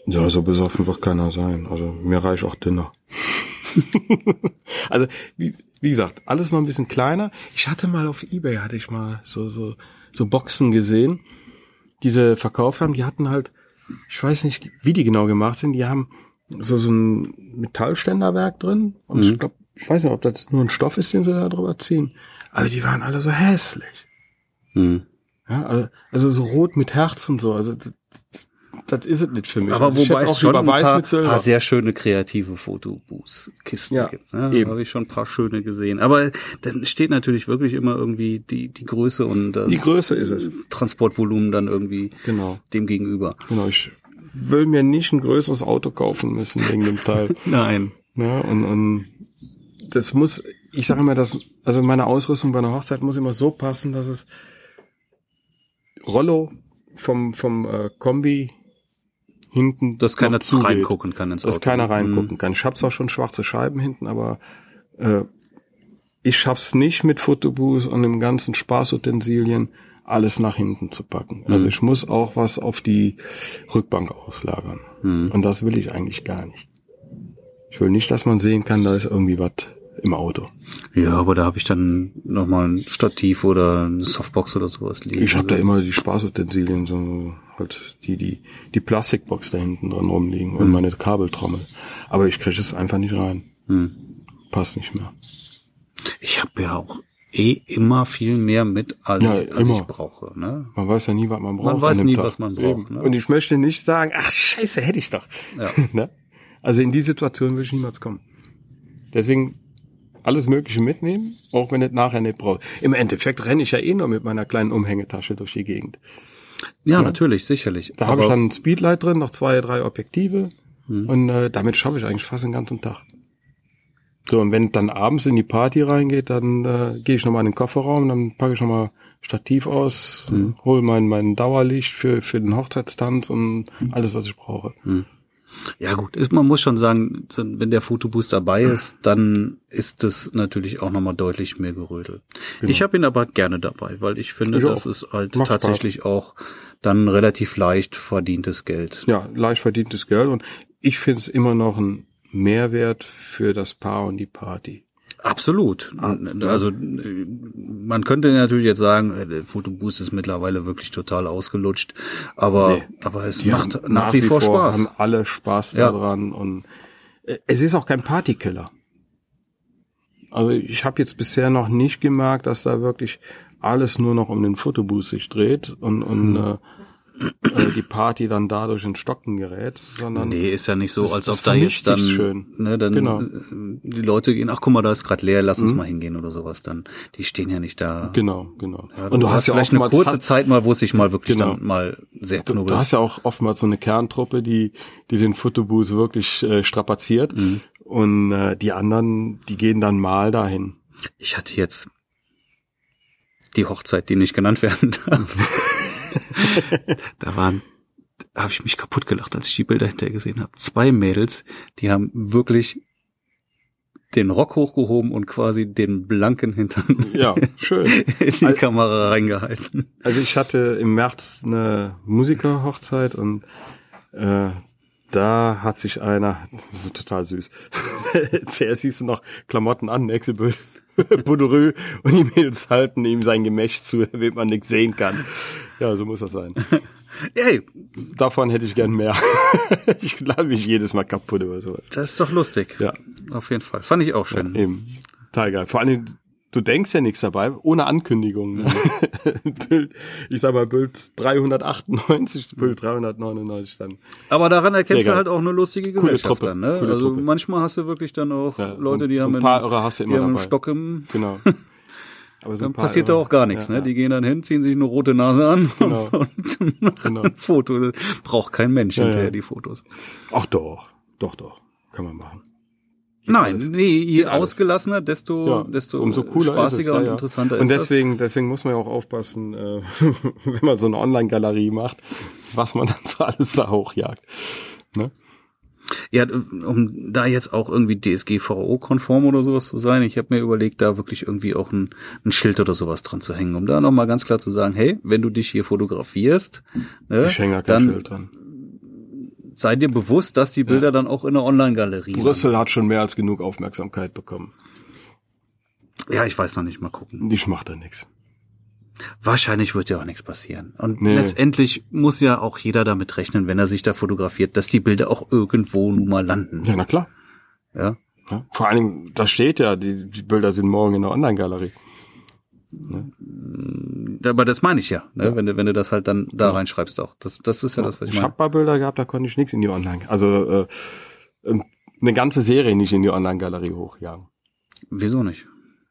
[SPEAKER 2] Ja, also so besoffen wird keiner sein. Also mir reicht auch dünner. (laughs) also wie, wie gesagt, alles noch ein bisschen kleiner. Ich hatte mal auf eBay hatte ich mal so so so Boxen gesehen, diese verkauft haben. Die hatten halt, ich weiß nicht, wie die genau gemacht sind. Die haben so so ein Metallständerwerk drin und ich glaube, ich weiß nicht, ob das nur ein Stoff ist, den sie da drüber ziehen. Aber die waren alle so hässlich.
[SPEAKER 1] Mhm.
[SPEAKER 2] Ja, also, also so rot mit Herz und so. Also das, das ist es nicht für mich.
[SPEAKER 1] Aber
[SPEAKER 2] also, ich
[SPEAKER 1] wobei
[SPEAKER 2] schätze
[SPEAKER 1] es schon
[SPEAKER 2] lieber
[SPEAKER 1] ein
[SPEAKER 2] weiß
[SPEAKER 1] paar,
[SPEAKER 2] mit Silber.
[SPEAKER 1] paar sehr schöne kreative Fotobooth-Kisten
[SPEAKER 2] Ja,
[SPEAKER 1] gibt. Ne? Da
[SPEAKER 2] eben.
[SPEAKER 1] habe ich schon ein paar schöne gesehen. Aber dann steht natürlich wirklich immer irgendwie die, die Größe und das
[SPEAKER 2] Die Größe ist es.
[SPEAKER 1] Transportvolumen dann irgendwie
[SPEAKER 2] Genau.
[SPEAKER 1] dem gegenüber.
[SPEAKER 2] Genau, ich will mir nicht ein größeres Auto kaufen müssen wegen dem Teil. (laughs)
[SPEAKER 1] Nein.
[SPEAKER 2] ja, und, und das muss, ich sage immer, dass, also meine Ausrüstung bei einer Hochzeit muss immer so passen, dass es Rollo vom, vom äh, Kombi hinten.
[SPEAKER 1] Dass keiner
[SPEAKER 2] noch zugeht.
[SPEAKER 1] reingucken kann ins Auto. Mhm.
[SPEAKER 2] Dass keiner reingucken kann. Ich habe zwar schon schwarze Scheiben hinten, aber äh, ich schaff's nicht mit Fotobooth und dem ganzen Spaßutensilien alles nach hinten zu packen. Also ich muss auch was auf die Rückbank auslagern. Und das will ich eigentlich gar nicht. Ich will nicht, dass man sehen kann, da ist irgendwie was im Auto.
[SPEAKER 1] Ja, aber da habe ich dann nochmal ein Stativ oder eine Softbox oder sowas liegen.
[SPEAKER 2] Ich habe da
[SPEAKER 1] Also,
[SPEAKER 2] immer die Spaßutensilien, so halt die, die, die Plastikbox da hinten dran rumliegen und
[SPEAKER 1] Mhm.
[SPEAKER 2] meine Kabeltrommel. Aber ich kriege es einfach nicht rein.
[SPEAKER 1] hm.
[SPEAKER 2] Passt nicht mehr.
[SPEAKER 1] Ich habe ja auch eh immer viel mehr mit, als,
[SPEAKER 2] Ja,
[SPEAKER 1] als
[SPEAKER 2] immer.
[SPEAKER 1] ich brauche. Ne?
[SPEAKER 2] Man weiß ja nie, was man braucht.
[SPEAKER 1] weiß
[SPEAKER 2] an dem
[SPEAKER 1] nie,
[SPEAKER 2] Tag.
[SPEAKER 1] was man braucht,
[SPEAKER 2] Eben.
[SPEAKER 1] ne?
[SPEAKER 2] Und ich möchte nicht sagen, ach scheiße, hätte ich doch.
[SPEAKER 1] Ja.
[SPEAKER 2] (laughs) ne? Also in die Situation will ich niemals kommen. Deswegen alles Mögliche mitnehmen, auch wenn es nachher nicht braucht. Im Endeffekt renne ich ja eh nur mit meiner kleinen Umhängetasche durch die Gegend.
[SPEAKER 1] Ja, natürlich, sicherlich.
[SPEAKER 2] Da habe
[SPEAKER 1] Aber-
[SPEAKER 2] ich dann ein Speedlight drin, noch zwei, drei Objektive. Und äh, damit schaffe ich eigentlich fast den ganzen Tag. So, und wenn es dann abends in die Party reingeht, dann äh, gehe ich nochmal in den Kofferraum, dann packe ich nochmal Stativ aus, hole mein, mein Dauerlicht für, für den Hochzeitstanz und alles, was ich brauche.
[SPEAKER 1] Ja gut, ist, man muss schon sagen, so, wenn der Fotoboost dabei
[SPEAKER 2] Hm.
[SPEAKER 1] ist, dann ist das natürlich auch nochmal deutlich mehr Gerödel. Ich habe ihn aber gerne dabei, weil ich finde,
[SPEAKER 2] Genau. Ich
[SPEAKER 1] das
[SPEAKER 2] auch.
[SPEAKER 1] ist halt
[SPEAKER 2] Macht
[SPEAKER 1] tatsächlich auch dann relativ leicht verdientes Geld.
[SPEAKER 2] Ja, leicht verdientes Geld und ich finde es immer noch ein Mehrwert für das Paar und die Party.
[SPEAKER 1] Absolut.
[SPEAKER 2] Ah,
[SPEAKER 1] Also äh, man könnte natürlich jetzt sagen, äh, der Fotoboost ist mittlerweile wirklich total ausgelutscht, aber
[SPEAKER 2] Nee.
[SPEAKER 1] aber es
[SPEAKER 2] Die
[SPEAKER 1] macht
[SPEAKER 2] haben
[SPEAKER 1] nach, wie, vor Spaß.
[SPEAKER 2] Haben alle Spaß
[SPEAKER 1] Ja.
[SPEAKER 2] daran und äh, es ist auch kein Partykiller. Also ich habe jetzt bisher noch nicht gemerkt, dass da wirklich alles nur noch um den Fotobooth sich dreht und,
[SPEAKER 1] Hm.
[SPEAKER 2] und äh, äh, die Party dann dadurch in Stocken gerät, sondern
[SPEAKER 1] Nee, ist ja nicht so,
[SPEAKER 2] Das-
[SPEAKER 1] als
[SPEAKER 2] das
[SPEAKER 1] ob da
[SPEAKER 2] vermischt
[SPEAKER 1] jetzt dann,
[SPEAKER 2] sich schön.
[SPEAKER 1] ne, dann
[SPEAKER 2] Genau.
[SPEAKER 1] äh, die Leute gehen, ach guck mal, da ist gerade leer, lass uns mal hingehen oder sowas. Dann die stehen ja nicht da.
[SPEAKER 2] genau, genau.
[SPEAKER 1] Ja,
[SPEAKER 2] und du hast ja
[SPEAKER 1] vielleicht eine
[SPEAKER 2] oftmals
[SPEAKER 1] kurze
[SPEAKER 2] hat-
[SPEAKER 1] Zeit mal, wo es sich mal wirklich
[SPEAKER 2] Genau.
[SPEAKER 1] dann mal sehr
[SPEAKER 2] Du,
[SPEAKER 1] knubbelt.
[SPEAKER 2] du hast ja auch oftmals so eine Kerntruppe, die, die den Fotobooth wirklich äh, strapaziert.
[SPEAKER 1] Hm. Mhm.
[SPEAKER 2] Und äh, die anderen, die gehen dann mal dahin.
[SPEAKER 1] Ich hatte jetzt die Hochzeit, die nicht genannt werden (laughs) darf. da waren, da habe ich mich kaputt gelacht, als ich die Bilder hinterher gesehen habe. Zwei Mädels, die haben wirklich den Rock hochgehoben und quasi den blanken (laughs) Hintern
[SPEAKER 2] Ja, schön.
[SPEAKER 1] in die Kamera reingehalten.
[SPEAKER 2] Also ich hatte im März eine Musikerhochzeit und äh, da hat sich einer, das war total süß, (laughs) zuerst siehst du noch Klamotten an, nächste (laughs) Bild, Bouderö und die Mädels halten ihm sein Gemächt zu, damit man nichts sehen kann. Ja, so muss das sein.
[SPEAKER 1] Ey,
[SPEAKER 2] Davon hätte ich gern mehr. (laughs) ich glaube, mich jedes Mal kaputt über sowas.
[SPEAKER 1] das ist doch lustig.
[SPEAKER 2] Ja.
[SPEAKER 1] Auf jeden Fall. Fand ich auch schön.
[SPEAKER 2] Eben. Total geil. Vor allem, du denkst ja nichts dabei, ohne Ankündigung. Ne?
[SPEAKER 1] Mhm.
[SPEAKER 2] (laughs) Bild, ich sag mal, Bild
[SPEAKER 1] (laughs)
[SPEAKER 2] 398, Bild 399 dann.
[SPEAKER 1] Aber daran erkennst
[SPEAKER 2] Sehr
[SPEAKER 1] du
[SPEAKER 2] geil.
[SPEAKER 1] halt auch eine lustige Gesellschaft
[SPEAKER 2] Truppe,
[SPEAKER 1] dann. Ne?
[SPEAKER 2] coole
[SPEAKER 1] Also
[SPEAKER 2] Truppe.
[SPEAKER 1] manchmal hast du wirklich dann auch
[SPEAKER 2] Ja, so-
[SPEAKER 1] Leute, die
[SPEAKER 2] so
[SPEAKER 1] haben
[SPEAKER 2] ein paar Irre hast du immer
[SPEAKER 1] die haben einen
[SPEAKER 2] dabei.
[SPEAKER 1] Stock im
[SPEAKER 2] Genau. (laughs) Aber so
[SPEAKER 1] dann
[SPEAKER 2] ein paar
[SPEAKER 1] passiert da
[SPEAKER 2] Irre-
[SPEAKER 1] auch gar nichts.
[SPEAKER 2] Ja,
[SPEAKER 1] ne? Die gehen dann hin, ziehen sich eine rote Nase an (laughs)
[SPEAKER 2] Genau.
[SPEAKER 1] und machen
[SPEAKER 2] Genau.
[SPEAKER 1] ein Foto. Das braucht kein Mensch
[SPEAKER 2] Ja,
[SPEAKER 1] hinterher
[SPEAKER 2] ja.
[SPEAKER 1] die Fotos.
[SPEAKER 2] Ach doch, doch, doch. Kann man machen.
[SPEAKER 1] Nein, nee, je
[SPEAKER 2] alles.
[SPEAKER 1] ausgelassener, desto, desto spaßiger
[SPEAKER 2] ist es, ja,
[SPEAKER 1] und
[SPEAKER 2] ja.
[SPEAKER 1] interessanter
[SPEAKER 2] und
[SPEAKER 1] ist das.
[SPEAKER 2] deswegen, deswegen muss man ja auch aufpassen, äh, (laughs) wenn man so eine Online-Galerie macht, was man (laughs) dann so alles da hochjagt. Ne?
[SPEAKER 1] Ja, um da jetzt auch irgendwie DSGVO-konform oder sowas zu sein, ich habe mir überlegt, da wirklich irgendwie auch ein, ein Schild oder sowas dran zu hängen, um da nochmal ganz klar zu sagen, hey, wenn du dich hier fotografierst, ne,
[SPEAKER 2] Ich hänge ja kein
[SPEAKER 1] dann
[SPEAKER 2] Schild dran.
[SPEAKER 1] sei dir bewusst, dass die Bilder dann auch in der Online-Galerie sind.
[SPEAKER 2] Brüssel hat schon mehr als genug Aufmerksamkeit bekommen.
[SPEAKER 1] Ja, ich weiß noch nicht, mal gucken.
[SPEAKER 2] Ich mach da nichts.
[SPEAKER 1] Wahrscheinlich wird ja auch nichts passieren. Und
[SPEAKER 2] Nee.
[SPEAKER 1] letztendlich muss ja auch jeder damit rechnen, wenn er sich da fotografiert, dass die Bilder auch irgendwo nun mal landen.
[SPEAKER 2] Ja, na klar.
[SPEAKER 1] Ja.
[SPEAKER 2] Ja. Ne? Vor allem, da steht ja, die, die Bilder sind morgen in der Online-Galerie.
[SPEAKER 1] Aber das meine ich ja, ne? Wenn, du, wenn du das halt dann da reinschreibst auch. Das, das ist ja das, was ich
[SPEAKER 2] Genau. Ich
[SPEAKER 1] meine.
[SPEAKER 2] hab mal Bilder gehabt, da konnte ich nichts in die Online, also äh, ähm, eine ganze Serie nicht in die Online-Galerie hochjagen.
[SPEAKER 1] Wieso nicht?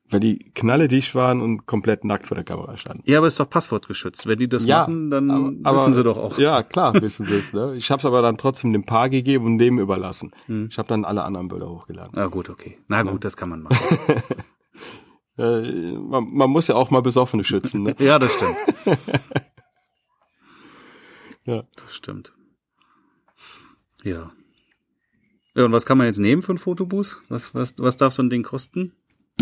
[SPEAKER 2] Weil die knalle dicht waren und komplett nackt vor der Kamera standen.
[SPEAKER 1] Ja, aber ist doch passwortgeschützt. Wenn die das machen, dann
[SPEAKER 2] aber-
[SPEAKER 1] wissen sie doch auch.
[SPEAKER 2] Ja, klar, wissen sie es. Ne? Ich hab's aber dann trotzdem dem Paar gegeben und dem überlassen.
[SPEAKER 1] Hm.
[SPEAKER 2] Ich habe dann alle anderen Bilder hochgeladen.
[SPEAKER 1] Na Ah, gut, okay. Na gut, das kann man machen.
[SPEAKER 2] Äh, man, man muss ja auch mal Besoffene schützen. Ne?
[SPEAKER 1] ja, das stimmt.
[SPEAKER 2] (laughs) Ja.
[SPEAKER 1] Das stimmt. Ja. Ja, und was kann man jetzt nehmen für ein Fotobus? Was, was, was darf so ein Ding kosten?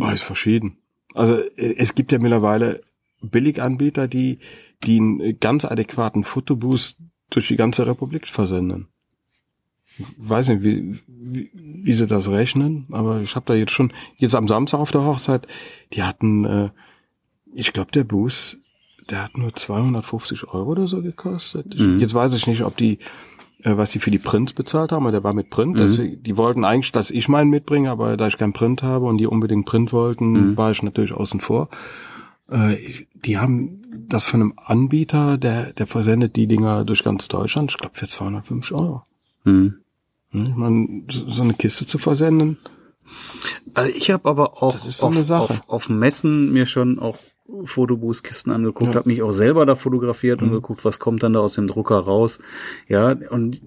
[SPEAKER 2] Ah, ist verschieden. Also äh, es gibt ja mittlerweile Billiganbieter, die, die einen äh, ganz adäquaten Fotoboost durch die ganze Republik versenden. weiß nicht, wie, wie, wie sie das rechnen, aber ich habe da jetzt schon, jetzt am Samstag auf der Hochzeit, die hatten, äh, ich glaube, der Bus, der hat nur 250 Euro oder so gekostet. Ich,
[SPEAKER 1] Mhm.
[SPEAKER 2] Jetzt weiß ich nicht, ob die, äh, was die für die Prints bezahlt haben, aber der war mit Print.
[SPEAKER 1] Mhm.
[SPEAKER 2] Deswegen, die wollten eigentlich, dass ich meinen mitbringe, aber da ich keinen Print habe und die unbedingt Print wollten,
[SPEAKER 1] Mhm.
[SPEAKER 2] war ich natürlich außen vor. Äh, ich- die haben das von einem Anbieter, der, der versendet die Dinger durch ganz Deutschland, ich glaube für 250 Euro.
[SPEAKER 1] Hm.
[SPEAKER 2] Ne, Ich meine, so so eine Kiste zu versenden.
[SPEAKER 1] Also ich habe aber auch
[SPEAKER 2] Das ist so eine
[SPEAKER 1] auf,
[SPEAKER 2] Sache.
[SPEAKER 1] auf, auf Messen mir schon auch Fotobußkisten angeguckt,
[SPEAKER 2] Ja. Mhm.
[SPEAKER 1] habe mich auch selber da fotografiert und geguckt, was kommt dann da aus dem Drucker raus. Ja, und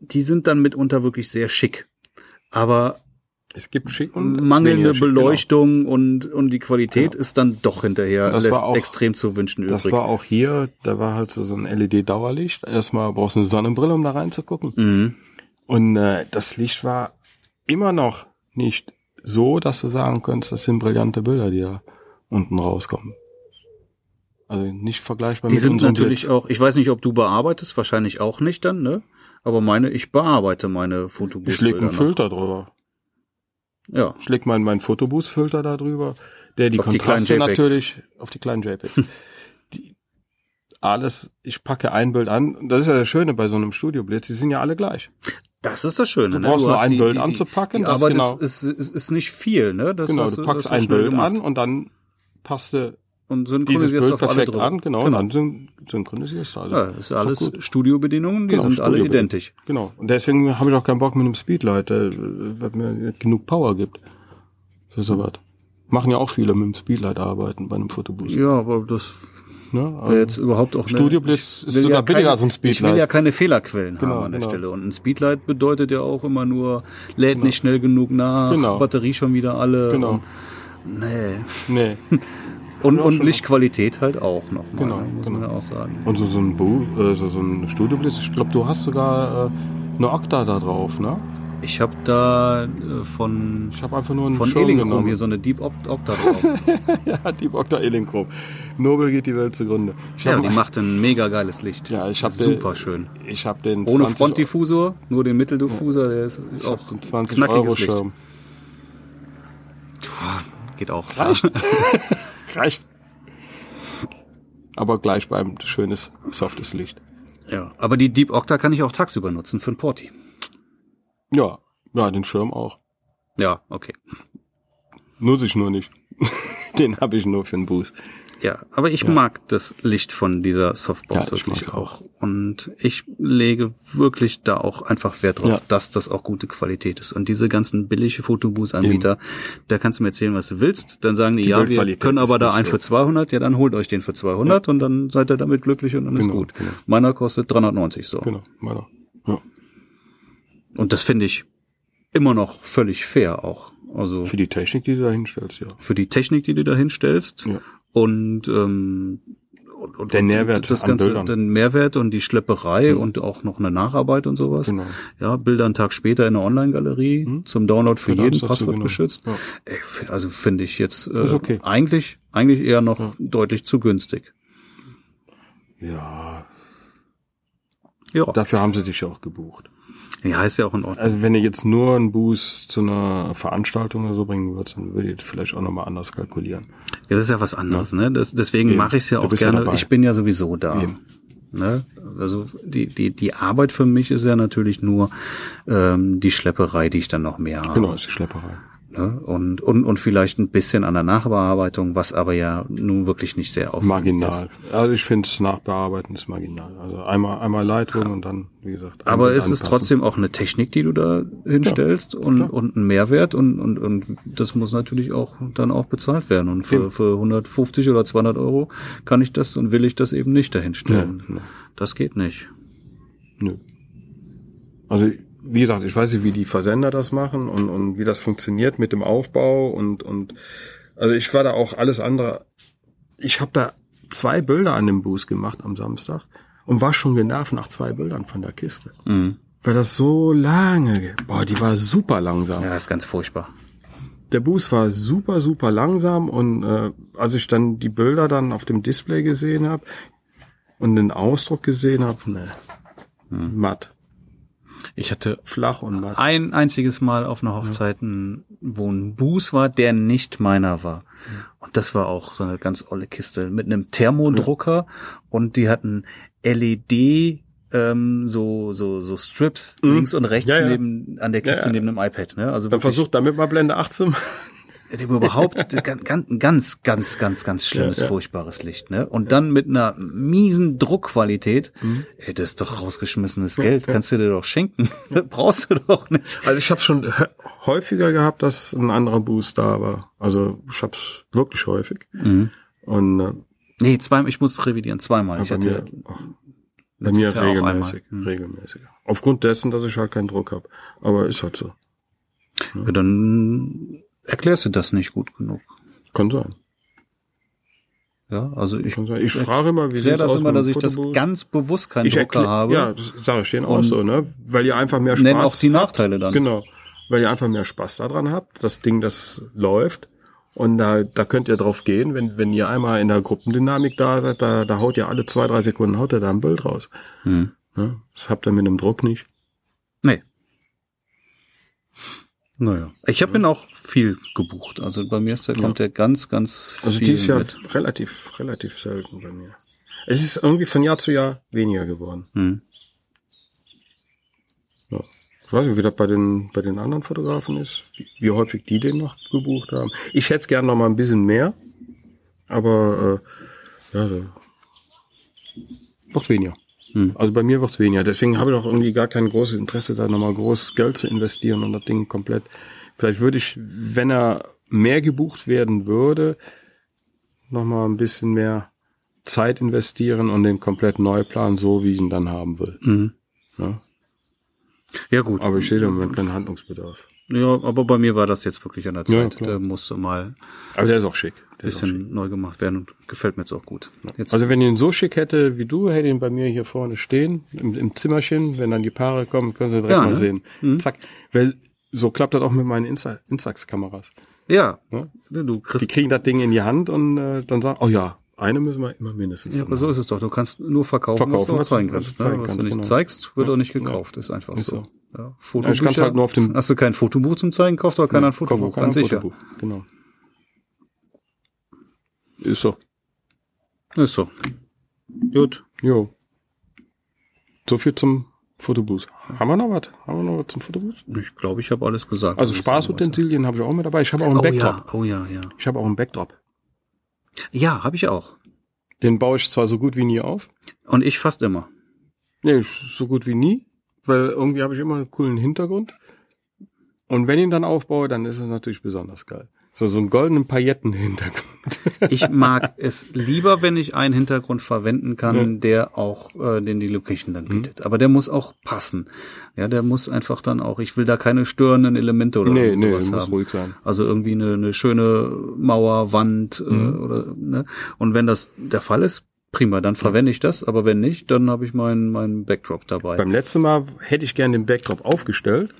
[SPEAKER 1] die sind dann mitunter wirklich sehr schick. Aber
[SPEAKER 2] Es gibt schick genau.
[SPEAKER 1] mangelnde Beleuchtung und, und die Qualität ist dann doch hinterher,
[SPEAKER 2] Das
[SPEAKER 1] lässt
[SPEAKER 2] war auch-
[SPEAKER 1] extrem zu wünschen
[SPEAKER 2] Das
[SPEAKER 1] übrig.
[SPEAKER 2] war auch hier, da war halt so so ein LED-Dauerlicht. Erstmal brauchst du eine Sonnenbrille, um da reinzugucken.
[SPEAKER 1] Mhm.
[SPEAKER 2] Und äh, das Licht war immer noch nicht so, dass du sagen könntest, das sind brillante Bilder, die da unten rauskommen. Also nicht vergleichbar
[SPEAKER 1] Die
[SPEAKER 2] mit
[SPEAKER 1] sind
[SPEAKER 2] unserem
[SPEAKER 1] natürlich
[SPEAKER 2] Blitz.
[SPEAKER 1] auch, ich weiß nicht, ob du bearbeitest, wahrscheinlich auch nicht dann, ne? Aber meine, ich bearbeite meine Fotobuchs.
[SPEAKER 2] Ich leg einen Filter drüber.
[SPEAKER 1] Ja.
[SPEAKER 2] Ich leg meinen meinen Fotoboost-Filter da drüber, der die
[SPEAKER 1] Auf die
[SPEAKER 2] Kontraste
[SPEAKER 1] kleinen JPEGs.
[SPEAKER 2] natürlich auf die
[SPEAKER 1] (laughs)
[SPEAKER 2] kleinen JPEGs. die, alles, ich packe ein Bild an. Das ist ja das Schöne bei so einem Studioblitz, die sind ja alle gleich.
[SPEAKER 1] Das ist das Schöne. ne?
[SPEAKER 2] Du brauchst nur
[SPEAKER 1] hast
[SPEAKER 2] ein Bild anzupacken,
[SPEAKER 1] Die
[SPEAKER 2] das
[SPEAKER 1] Arbeit
[SPEAKER 2] genau.
[SPEAKER 1] ist, ist, ist, ist nicht viel, ne? Das
[SPEAKER 2] genau,
[SPEAKER 1] hast
[SPEAKER 2] du packst
[SPEAKER 1] das hast du
[SPEAKER 2] ein
[SPEAKER 1] schnell
[SPEAKER 2] Bild
[SPEAKER 1] gemacht.
[SPEAKER 2] an und dann passt du
[SPEAKER 1] und
[SPEAKER 2] dieses
[SPEAKER 1] synchronisierst
[SPEAKER 2] Bild
[SPEAKER 1] auf alle
[SPEAKER 2] perfekt
[SPEAKER 1] drauf.
[SPEAKER 2] an, genau, und dann syn synchronisierst du alles.
[SPEAKER 1] Ja, das ist
[SPEAKER 2] doch
[SPEAKER 1] alles
[SPEAKER 2] gut.
[SPEAKER 1] Studiobedingungen, die
[SPEAKER 2] Genau,
[SPEAKER 1] sind alle
[SPEAKER 2] Studiobedingungen.
[SPEAKER 1] identisch.
[SPEAKER 2] Genau, und deswegen habe ich auch keinen Bock mit dem Speedlight, äh, weil mir genug Power gibt für sowas. Machen ja auch viele mit dem Speedlight arbeiten bei einem Fotobus.
[SPEAKER 1] Ja, aber das
[SPEAKER 2] Ne? Also,
[SPEAKER 1] wäre jetzt überhaupt auch eine-
[SPEAKER 2] Studioblitz
[SPEAKER 1] ich
[SPEAKER 2] ist
[SPEAKER 1] will
[SPEAKER 2] sogar billiger
[SPEAKER 1] keine,
[SPEAKER 2] als ein
[SPEAKER 1] Ich will
[SPEAKER 2] Speedlight.
[SPEAKER 1] ja keine Fehlerquellen haben
[SPEAKER 2] Genau,
[SPEAKER 1] an der
[SPEAKER 2] genau.
[SPEAKER 1] Stelle. Und ein Speedlight bedeutet ja auch immer nur, lädt nicht schnell genug nach,
[SPEAKER 2] Genau.
[SPEAKER 1] Batterie schon wieder alle.
[SPEAKER 2] genau,
[SPEAKER 1] Und, nee.
[SPEAKER 2] nee.
[SPEAKER 1] Und,
[SPEAKER 2] auch
[SPEAKER 1] und
[SPEAKER 2] schon-
[SPEAKER 1] Lichtqualität halt auch nochmal.
[SPEAKER 2] Genau,
[SPEAKER 1] ne? muss
[SPEAKER 2] genau.
[SPEAKER 1] man ja auch sagen.
[SPEAKER 2] Und so, so ein Bu äh, so, so ein Studioblitz, ich glaube, du hast sogar äh, eine Okta da drauf, ne?
[SPEAKER 1] Ich habe da äh, von
[SPEAKER 2] Ich habe einfach nur einen
[SPEAKER 1] Von
[SPEAKER 2] Schirm
[SPEAKER 1] Elinchrom
[SPEAKER 2] genommen.
[SPEAKER 1] hier so eine Deep Oct Octa drauf.
[SPEAKER 2] (laughs) ja, die Okta Elinchrom. Nobel geht die Welt zugrunde. Ich
[SPEAKER 1] ja,
[SPEAKER 2] hab-
[SPEAKER 1] die macht ein mega geiles Licht.
[SPEAKER 2] Ja, ich hab
[SPEAKER 1] super
[SPEAKER 2] den-
[SPEAKER 1] schön.
[SPEAKER 2] Ich habe den
[SPEAKER 1] Ohne
[SPEAKER 2] 20
[SPEAKER 1] Frontdiffusor, nur den Mitteldiffusor, der ist auch
[SPEAKER 2] Euro-
[SPEAKER 1] ein
[SPEAKER 2] 20 Euro
[SPEAKER 1] knackiges Licht.
[SPEAKER 2] Schirm.
[SPEAKER 1] Geht auch.
[SPEAKER 2] Reicht. Aber gleich beim schönes, softes Licht.
[SPEAKER 1] (laughs) Ja, aber die Deep Octa kann ich auch tagsüber nutzen für ein Porti.
[SPEAKER 2] Ja, ja, den Schirm auch.
[SPEAKER 1] Ja, okay.
[SPEAKER 2] Nutze ich nur nicht. (laughs) den habe ich nur für den Boost.
[SPEAKER 1] Ja, aber ich mag das Licht von dieser Softbox
[SPEAKER 2] Ja, ich
[SPEAKER 1] wirklich
[SPEAKER 2] mag
[SPEAKER 1] auch. Und ich lege wirklich da auch einfach Wert drauf,
[SPEAKER 2] Ja.
[SPEAKER 1] dass das auch gute Qualität ist. Und diese ganzen billige Fotobooth-Anbieter, da kannst du mir erzählen, was du willst. Dann sagen die, ja, wir
[SPEAKER 2] Bildqualität
[SPEAKER 1] können aber
[SPEAKER 2] ist
[SPEAKER 1] da
[SPEAKER 2] nicht
[SPEAKER 1] einen
[SPEAKER 2] so.
[SPEAKER 1] für 200. Ja, dann holt euch den für 200 und dann seid ihr damit glücklich und dann ist
[SPEAKER 2] Genau,
[SPEAKER 1] gut.
[SPEAKER 2] genau.
[SPEAKER 1] Meiner kostet 390 so.
[SPEAKER 2] Genau, meiner. Ja.
[SPEAKER 1] Und das finde ich immer noch völlig fair auch. Also
[SPEAKER 2] Für die Technik, die du da hinstellst, ja.
[SPEAKER 1] für die Technik, die du da hinstellst
[SPEAKER 2] Ja.
[SPEAKER 1] und, ähm, und, und
[SPEAKER 2] Der
[SPEAKER 1] und
[SPEAKER 2] Nährwert
[SPEAKER 1] das
[SPEAKER 2] an
[SPEAKER 1] ganze,
[SPEAKER 2] Bildern.
[SPEAKER 1] den Mehrwert und die Schlepperei und auch noch eine Nacharbeit und sowas.
[SPEAKER 2] Genau.
[SPEAKER 1] Ja, Bilder einen Tag später in der Online-Galerie zum Download für
[SPEAKER 2] Genau,
[SPEAKER 1] jeden,
[SPEAKER 2] das hast du
[SPEAKER 1] Passwort
[SPEAKER 2] genommen.
[SPEAKER 1] geschützt.
[SPEAKER 2] Ja.
[SPEAKER 1] Ey, f- also finde ich jetzt äh,
[SPEAKER 2] Ist okay.
[SPEAKER 1] eigentlich eigentlich eher noch deutlich zu günstig.
[SPEAKER 2] Ja.
[SPEAKER 1] Ja,
[SPEAKER 2] Dafür haben sie dich ja auch gebucht.
[SPEAKER 1] ja ist ja auch in Ordnung.
[SPEAKER 2] Also wenn ihr jetzt nur einen Boost zu einer Veranstaltung oder so bringen würdest, dann würdet ihr vielleicht auch nochmal anders kalkulieren.
[SPEAKER 1] Ja, das ist ja was anderes, ne? Das, deswegen
[SPEAKER 2] Eben.
[SPEAKER 1] mache ich es ja
[SPEAKER 2] Du
[SPEAKER 1] auch
[SPEAKER 2] bist ja
[SPEAKER 1] gerne.
[SPEAKER 2] dabei.
[SPEAKER 1] ich bin ja sowieso da.
[SPEAKER 2] Eben.
[SPEAKER 1] Ne? Also die, die, die Arbeit für mich ist ja natürlich nur ähm, die Schlepperei, die ich dann noch mehr habe.
[SPEAKER 2] Genau, ist die Schlepperei.
[SPEAKER 1] Ne? Und, und, und vielleicht ein bisschen an der Nachbearbeitung, was aber ja nun wirklich nicht sehr aufwendig ist.
[SPEAKER 2] Marginal. Also ich finde Nachbearbeiten ist marginal. Also einmal einmal Lightroom und dann, wie gesagt,
[SPEAKER 1] Aber
[SPEAKER 2] einmal
[SPEAKER 1] es ist
[SPEAKER 2] anpassen.
[SPEAKER 1] trotzdem auch eine Technik, die du da hinstellst und, und ein Mehrwert und, und, und das muss natürlich auch dann auch bezahlt werden. Und für, für 150 oder 200 Euro kann ich das und will ich das eben nicht dahinstellen.
[SPEAKER 2] Nee, nee.
[SPEAKER 1] Das geht nicht.
[SPEAKER 2] Nö. Also wie gesagt, ich weiß nicht, wie die Versender das machen und, und wie das funktioniert mit dem Aufbau und und also ich war da auch alles andere. Ich habe da zwei Bilder an dem Boost gemacht am Samstag und war schon genervt nach zwei Bildern von der Kiste. Weil das so lange, ge- boah, die war super langsam.
[SPEAKER 1] Ja, ist ganz furchtbar.
[SPEAKER 2] Der Boost war super, super langsam und äh, als ich dann die Bilder dann auf dem Display gesehen habe und den Ausdruck gesehen habe, ne, matt.
[SPEAKER 1] Ich hatte
[SPEAKER 2] Hm. Flach und matt.
[SPEAKER 1] ein einziges Mal auf einer Hochzeit, ein- wo ein Buß war, der nicht meiner war. Und das war auch so eine ganz olle Kiste mit einem Thermodrucker und die hatten LED ähm, so so so Strips
[SPEAKER 2] Mhm.
[SPEAKER 1] links und rechts
[SPEAKER 2] Ja, ja.
[SPEAKER 1] neben an der Kiste
[SPEAKER 2] Ja, ja.
[SPEAKER 1] neben dem iPad. Ne? Also
[SPEAKER 2] Dann
[SPEAKER 1] wirklich-
[SPEAKER 2] versucht damit mal Blende 18.
[SPEAKER 1] dem überhaupt
[SPEAKER 2] (laughs)
[SPEAKER 1] ganz, ganz, ganz, ganz, ganz schlimmes,
[SPEAKER 2] Ja, ja.
[SPEAKER 1] furchtbares Licht, ne? Und dann mit einer miesen Druckqualität,
[SPEAKER 2] Mhm.
[SPEAKER 1] ey, das ist doch rausgeschmissenes Geld, kannst du dir doch schenken. (laughs) Das Brauchst du doch nicht.
[SPEAKER 2] Also ich habe schon hä- häufiger gehabt, dass ein anderer Boost da war. Also ich habe es wirklich häufig. Und äh,
[SPEAKER 1] Nee, zweimal, ich muss revidieren, zweimal. Ich
[SPEAKER 2] bei mir,
[SPEAKER 1] hatte,
[SPEAKER 2] ach, bei
[SPEAKER 1] letztes
[SPEAKER 2] mir
[SPEAKER 1] Jahr auch
[SPEAKER 2] regelmäßig,
[SPEAKER 1] einmal. Mhm.
[SPEAKER 2] regelmäßig. Aufgrund dessen, dass ich halt keinen Druck habe. Aber ist halt so.
[SPEAKER 1] ja, dann erklärst du das nicht gut genug.
[SPEAKER 2] Kann sein.
[SPEAKER 1] Ja, also ich
[SPEAKER 2] Kann sein. Ich frage immer, wie
[SPEAKER 1] erkläre
[SPEAKER 2] sieht's
[SPEAKER 1] das
[SPEAKER 2] aus
[SPEAKER 1] immer,
[SPEAKER 2] mit
[SPEAKER 1] dass
[SPEAKER 2] dem
[SPEAKER 1] ich das
[SPEAKER 2] Fotobooth?
[SPEAKER 1] ganz bewusst keinen Drucker
[SPEAKER 2] erklär-
[SPEAKER 1] habe.
[SPEAKER 2] Ja, das sage ich denen auch
[SPEAKER 1] Und
[SPEAKER 2] so, ne? Weil ihr einfach mehr Spaß
[SPEAKER 1] nenn auch die
[SPEAKER 2] habt.
[SPEAKER 1] Nachteile dann.
[SPEAKER 2] Genau. Weil ihr einfach mehr Spaß daran habt, das Ding, das läuft. Und da, da könnt ihr drauf gehen, wenn, wenn ihr einmal in der Gruppendynamik da seid, da, da haut ihr alle zwei, drei Sekunden haut ihr da ein Bild raus.
[SPEAKER 1] Hm.
[SPEAKER 2] Ne? Das habt ihr mit einem Druck nicht.
[SPEAKER 1] Nee. Naja. Ich habe ihn auch viel gebucht. Also bei mir ist der, kommt der ganz, ganz viel
[SPEAKER 2] Also dieses Jahr
[SPEAKER 1] mit.
[SPEAKER 2] relativ, relativ selten bei mir. Es ist irgendwie von Jahr zu Jahr weniger geworden.
[SPEAKER 1] Hm.
[SPEAKER 2] Ja. Ich weiß nicht, wie das bei den, bei den anderen Fotografen ist, wie, wie häufig die den noch gebucht haben. Ich hätte gern noch mal ein bisschen mehr, aber äh, ja, so. wird weniger.
[SPEAKER 1] Hm.
[SPEAKER 2] Also bei mir wird es weniger. Deswegen habe ich auch irgendwie gar kein großes Interesse, da nochmal groß Geld zu investieren und das Ding komplett. Vielleicht würde ich, wenn er mehr gebucht werden würde, nochmal ein bisschen mehr Zeit investieren und den komplett neu planen, so wie ich ihn dann haben will.
[SPEAKER 1] Mhm.
[SPEAKER 2] Ja?
[SPEAKER 1] Ja gut.
[SPEAKER 2] Aber ich sehe da im Moment keinen Handlungsbedarf.
[SPEAKER 1] ja, aber bei mir war das jetzt wirklich an der
[SPEAKER 2] Ja,
[SPEAKER 1] Zeit.
[SPEAKER 2] klar.
[SPEAKER 1] der musste mal ein
[SPEAKER 2] Aber der ist auch schick. Der ist auch schick.
[SPEAKER 1] bisschen neu gemacht werden und gefällt mir jetzt auch gut. Jetzt,
[SPEAKER 2] Also wenn ich ihn so schick hätte wie du, hätte ich ihn bei mir hier vorne stehen, im, im Zimmerchen. Wenn dann die Paare kommen, können sie direkt
[SPEAKER 1] Ja,
[SPEAKER 2] mal
[SPEAKER 1] ne?
[SPEAKER 2] sehen. Zack. Weil, so klappt das auch mit meinen Insta Instax-Kameras.
[SPEAKER 1] ja,
[SPEAKER 2] Ne?
[SPEAKER 1] du
[SPEAKER 2] Die
[SPEAKER 1] kriegst.
[SPEAKER 2] kriegen das Ding in die Hand und äh, dann sagen, oh ja, eine müssen wir immer mindestens.
[SPEAKER 1] Ja,
[SPEAKER 2] dann
[SPEAKER 1] aber so
[SPEAKER 2] haben.
[SPEAKER 1] ist es doch. Du kannst nur verkaufen, was
[SPEAKER 2] Genau. Verkaufen,
[SPEAKER 1] du auch
[SPEAKER 2] was-
[SPEAKER 1] zeigen
[SPEAKER 2] was
[SPEAKER 1] kannst.
[SPEAKER 2] du
[SPEAKER 1] Ne?
[SPEAKER 2] zeigen
[SPEAKER 1] was
[SPEAKER 2] kannst,
[SPEAKER 1] du nicht
[SPEAKER 2] genau.
[SPEAKER 1] zeigst, wird
[SPEAKER 2] Ja.
[SPEAKER 1] auch nicht gekauft. Ist einfach
[SPEAKER 2] Ist
[SPEAKER 1] so.
[SPEAKER 2] so.
[SPEAKER 1] Ja,
[SPEAKER 2] Ja, ich kann's
[SPEAKER 1] Fotobücher-
[SPEAKER 2] halt nur auf dem-
[SPEAKER 1] Hast du kein Fotobuch zum Zeigen, kauft doch keiner ein
[SPEAKER 2] Kauft
[SPEAKER 1] Fotobuch.
[SPEAKER 2] auch keiner
[SPEAKER 1] Ganz
[SPEAKER 2] ein
[SPEAKER 1] sicher.
[SPEAKER 2] Fotobuch. Genau. Ist so.
[SPEAKER 1] Ist so. Gut.
[SPEAKER 2] Jo. So viel zum Fotobooth. Haben wir noch was? Haben wir noch was zum Fotobooth?
[SPEAKER 1] Ich glaube, ich habe alles gesagt.
[SPEAKER 2] Also
[SPEAKER 1] was ich sagen
[SPEAKER 2] Spaßutensilien habe ich auch mit dabei. Ich habe auch einen
[SPEAKER 1] wollte. Oh
[SPEAKER 2] Backdrop.
[SPEAKER 1] ja, oh ja, ja.
[SPEAKER 2] Ich habe auch einen Backdrop.
[SPEAKER 1] Ja, habe ich auch.
[SPEAKER 2] Den baue ich zwar so gut wie nie auf.
[SPEAKER 1] Und ich fast immer.
[SPEAKER 2] Nee, so gut wie nie, weil irgendwie habe ich immer einen coolen Hintergrund. Und wenn ich ihn dann aufbaue, dann ist es natürlich besonders geil. So, so einen goldenen Paillettenhintergrund. (laughs)
[SPEAKER 1] Ich mag es lieber, wenn ich einen Hintergrund verwenden kann, der auch, äh, den die Location
[SPEAKER 2] Mhm.
[SPEAKER 1] dann bietet. Aber der muss auch passen. Ja, der muss einfach dann auch, ich will da keine störenden Elemente oder
[SPEAKER 2] Nee, nee,
[SPEAKER 1] sowas
[SPEAKER 2] muss
[SPEAKER 1] haben.
[SPEAKER 2] ruhig sein.
[SPEAKER 1] Also irgendwie eine, eine schöne Mauer, Wand äh, oder ne? Und wenn das der Fall ist, prima, dann verwende ich das, aber wenn nicht, dann habe ich meinen meinen Backdrop dabei.
[SPEAKER 2] Beim letzten Mal hätte ich gern den Backdrop aufgestellt,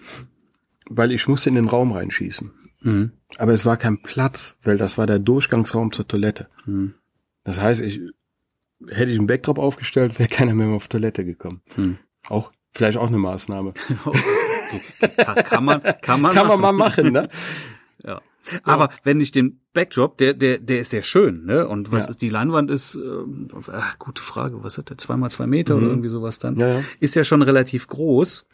[SPEAKER 2] weil ich musste in den Raum reinschießen.
[SPEAKER 1] Mhm.
[SPEAKER 2] Aber es war kein Platz, weil das war der Durchgangsraum zur Toilette.
[SPEAKER 1] Mhm.
[SPEAKER 2] Das heißt, ich hätte ich einen Backdrop aufgestellt, wäre keiner mehr auf Toilette gekommen.
[SPEAKER 1] Mhm.
[SPEAKER 2] Auch vielleicht auch eine Maßnahme.
[SPEAKER 1] (laughs) Kann, kann man (laughs) kann man
[SPEAKER 2] Kann
[SPEAKER 1] machen.
[SPEAKER 2] man mal machen, ne?
[SPEAKER 1] Ja. Aber wenn ich den Backdrop, der, der, der ist sehr schön, ne? Und was
[SPEAKER 2] Ja.
[SPEAKER 1] ist die Leinwand ist, ähm, ach, gute Frage, was hat der? Zweimal zwei Meter oder irgendwie sowas dann?
[SPEAKER 2] (laughs) Ja, ja.
[SPEAKER 1] Ist Mhm. ja schon relativ groß,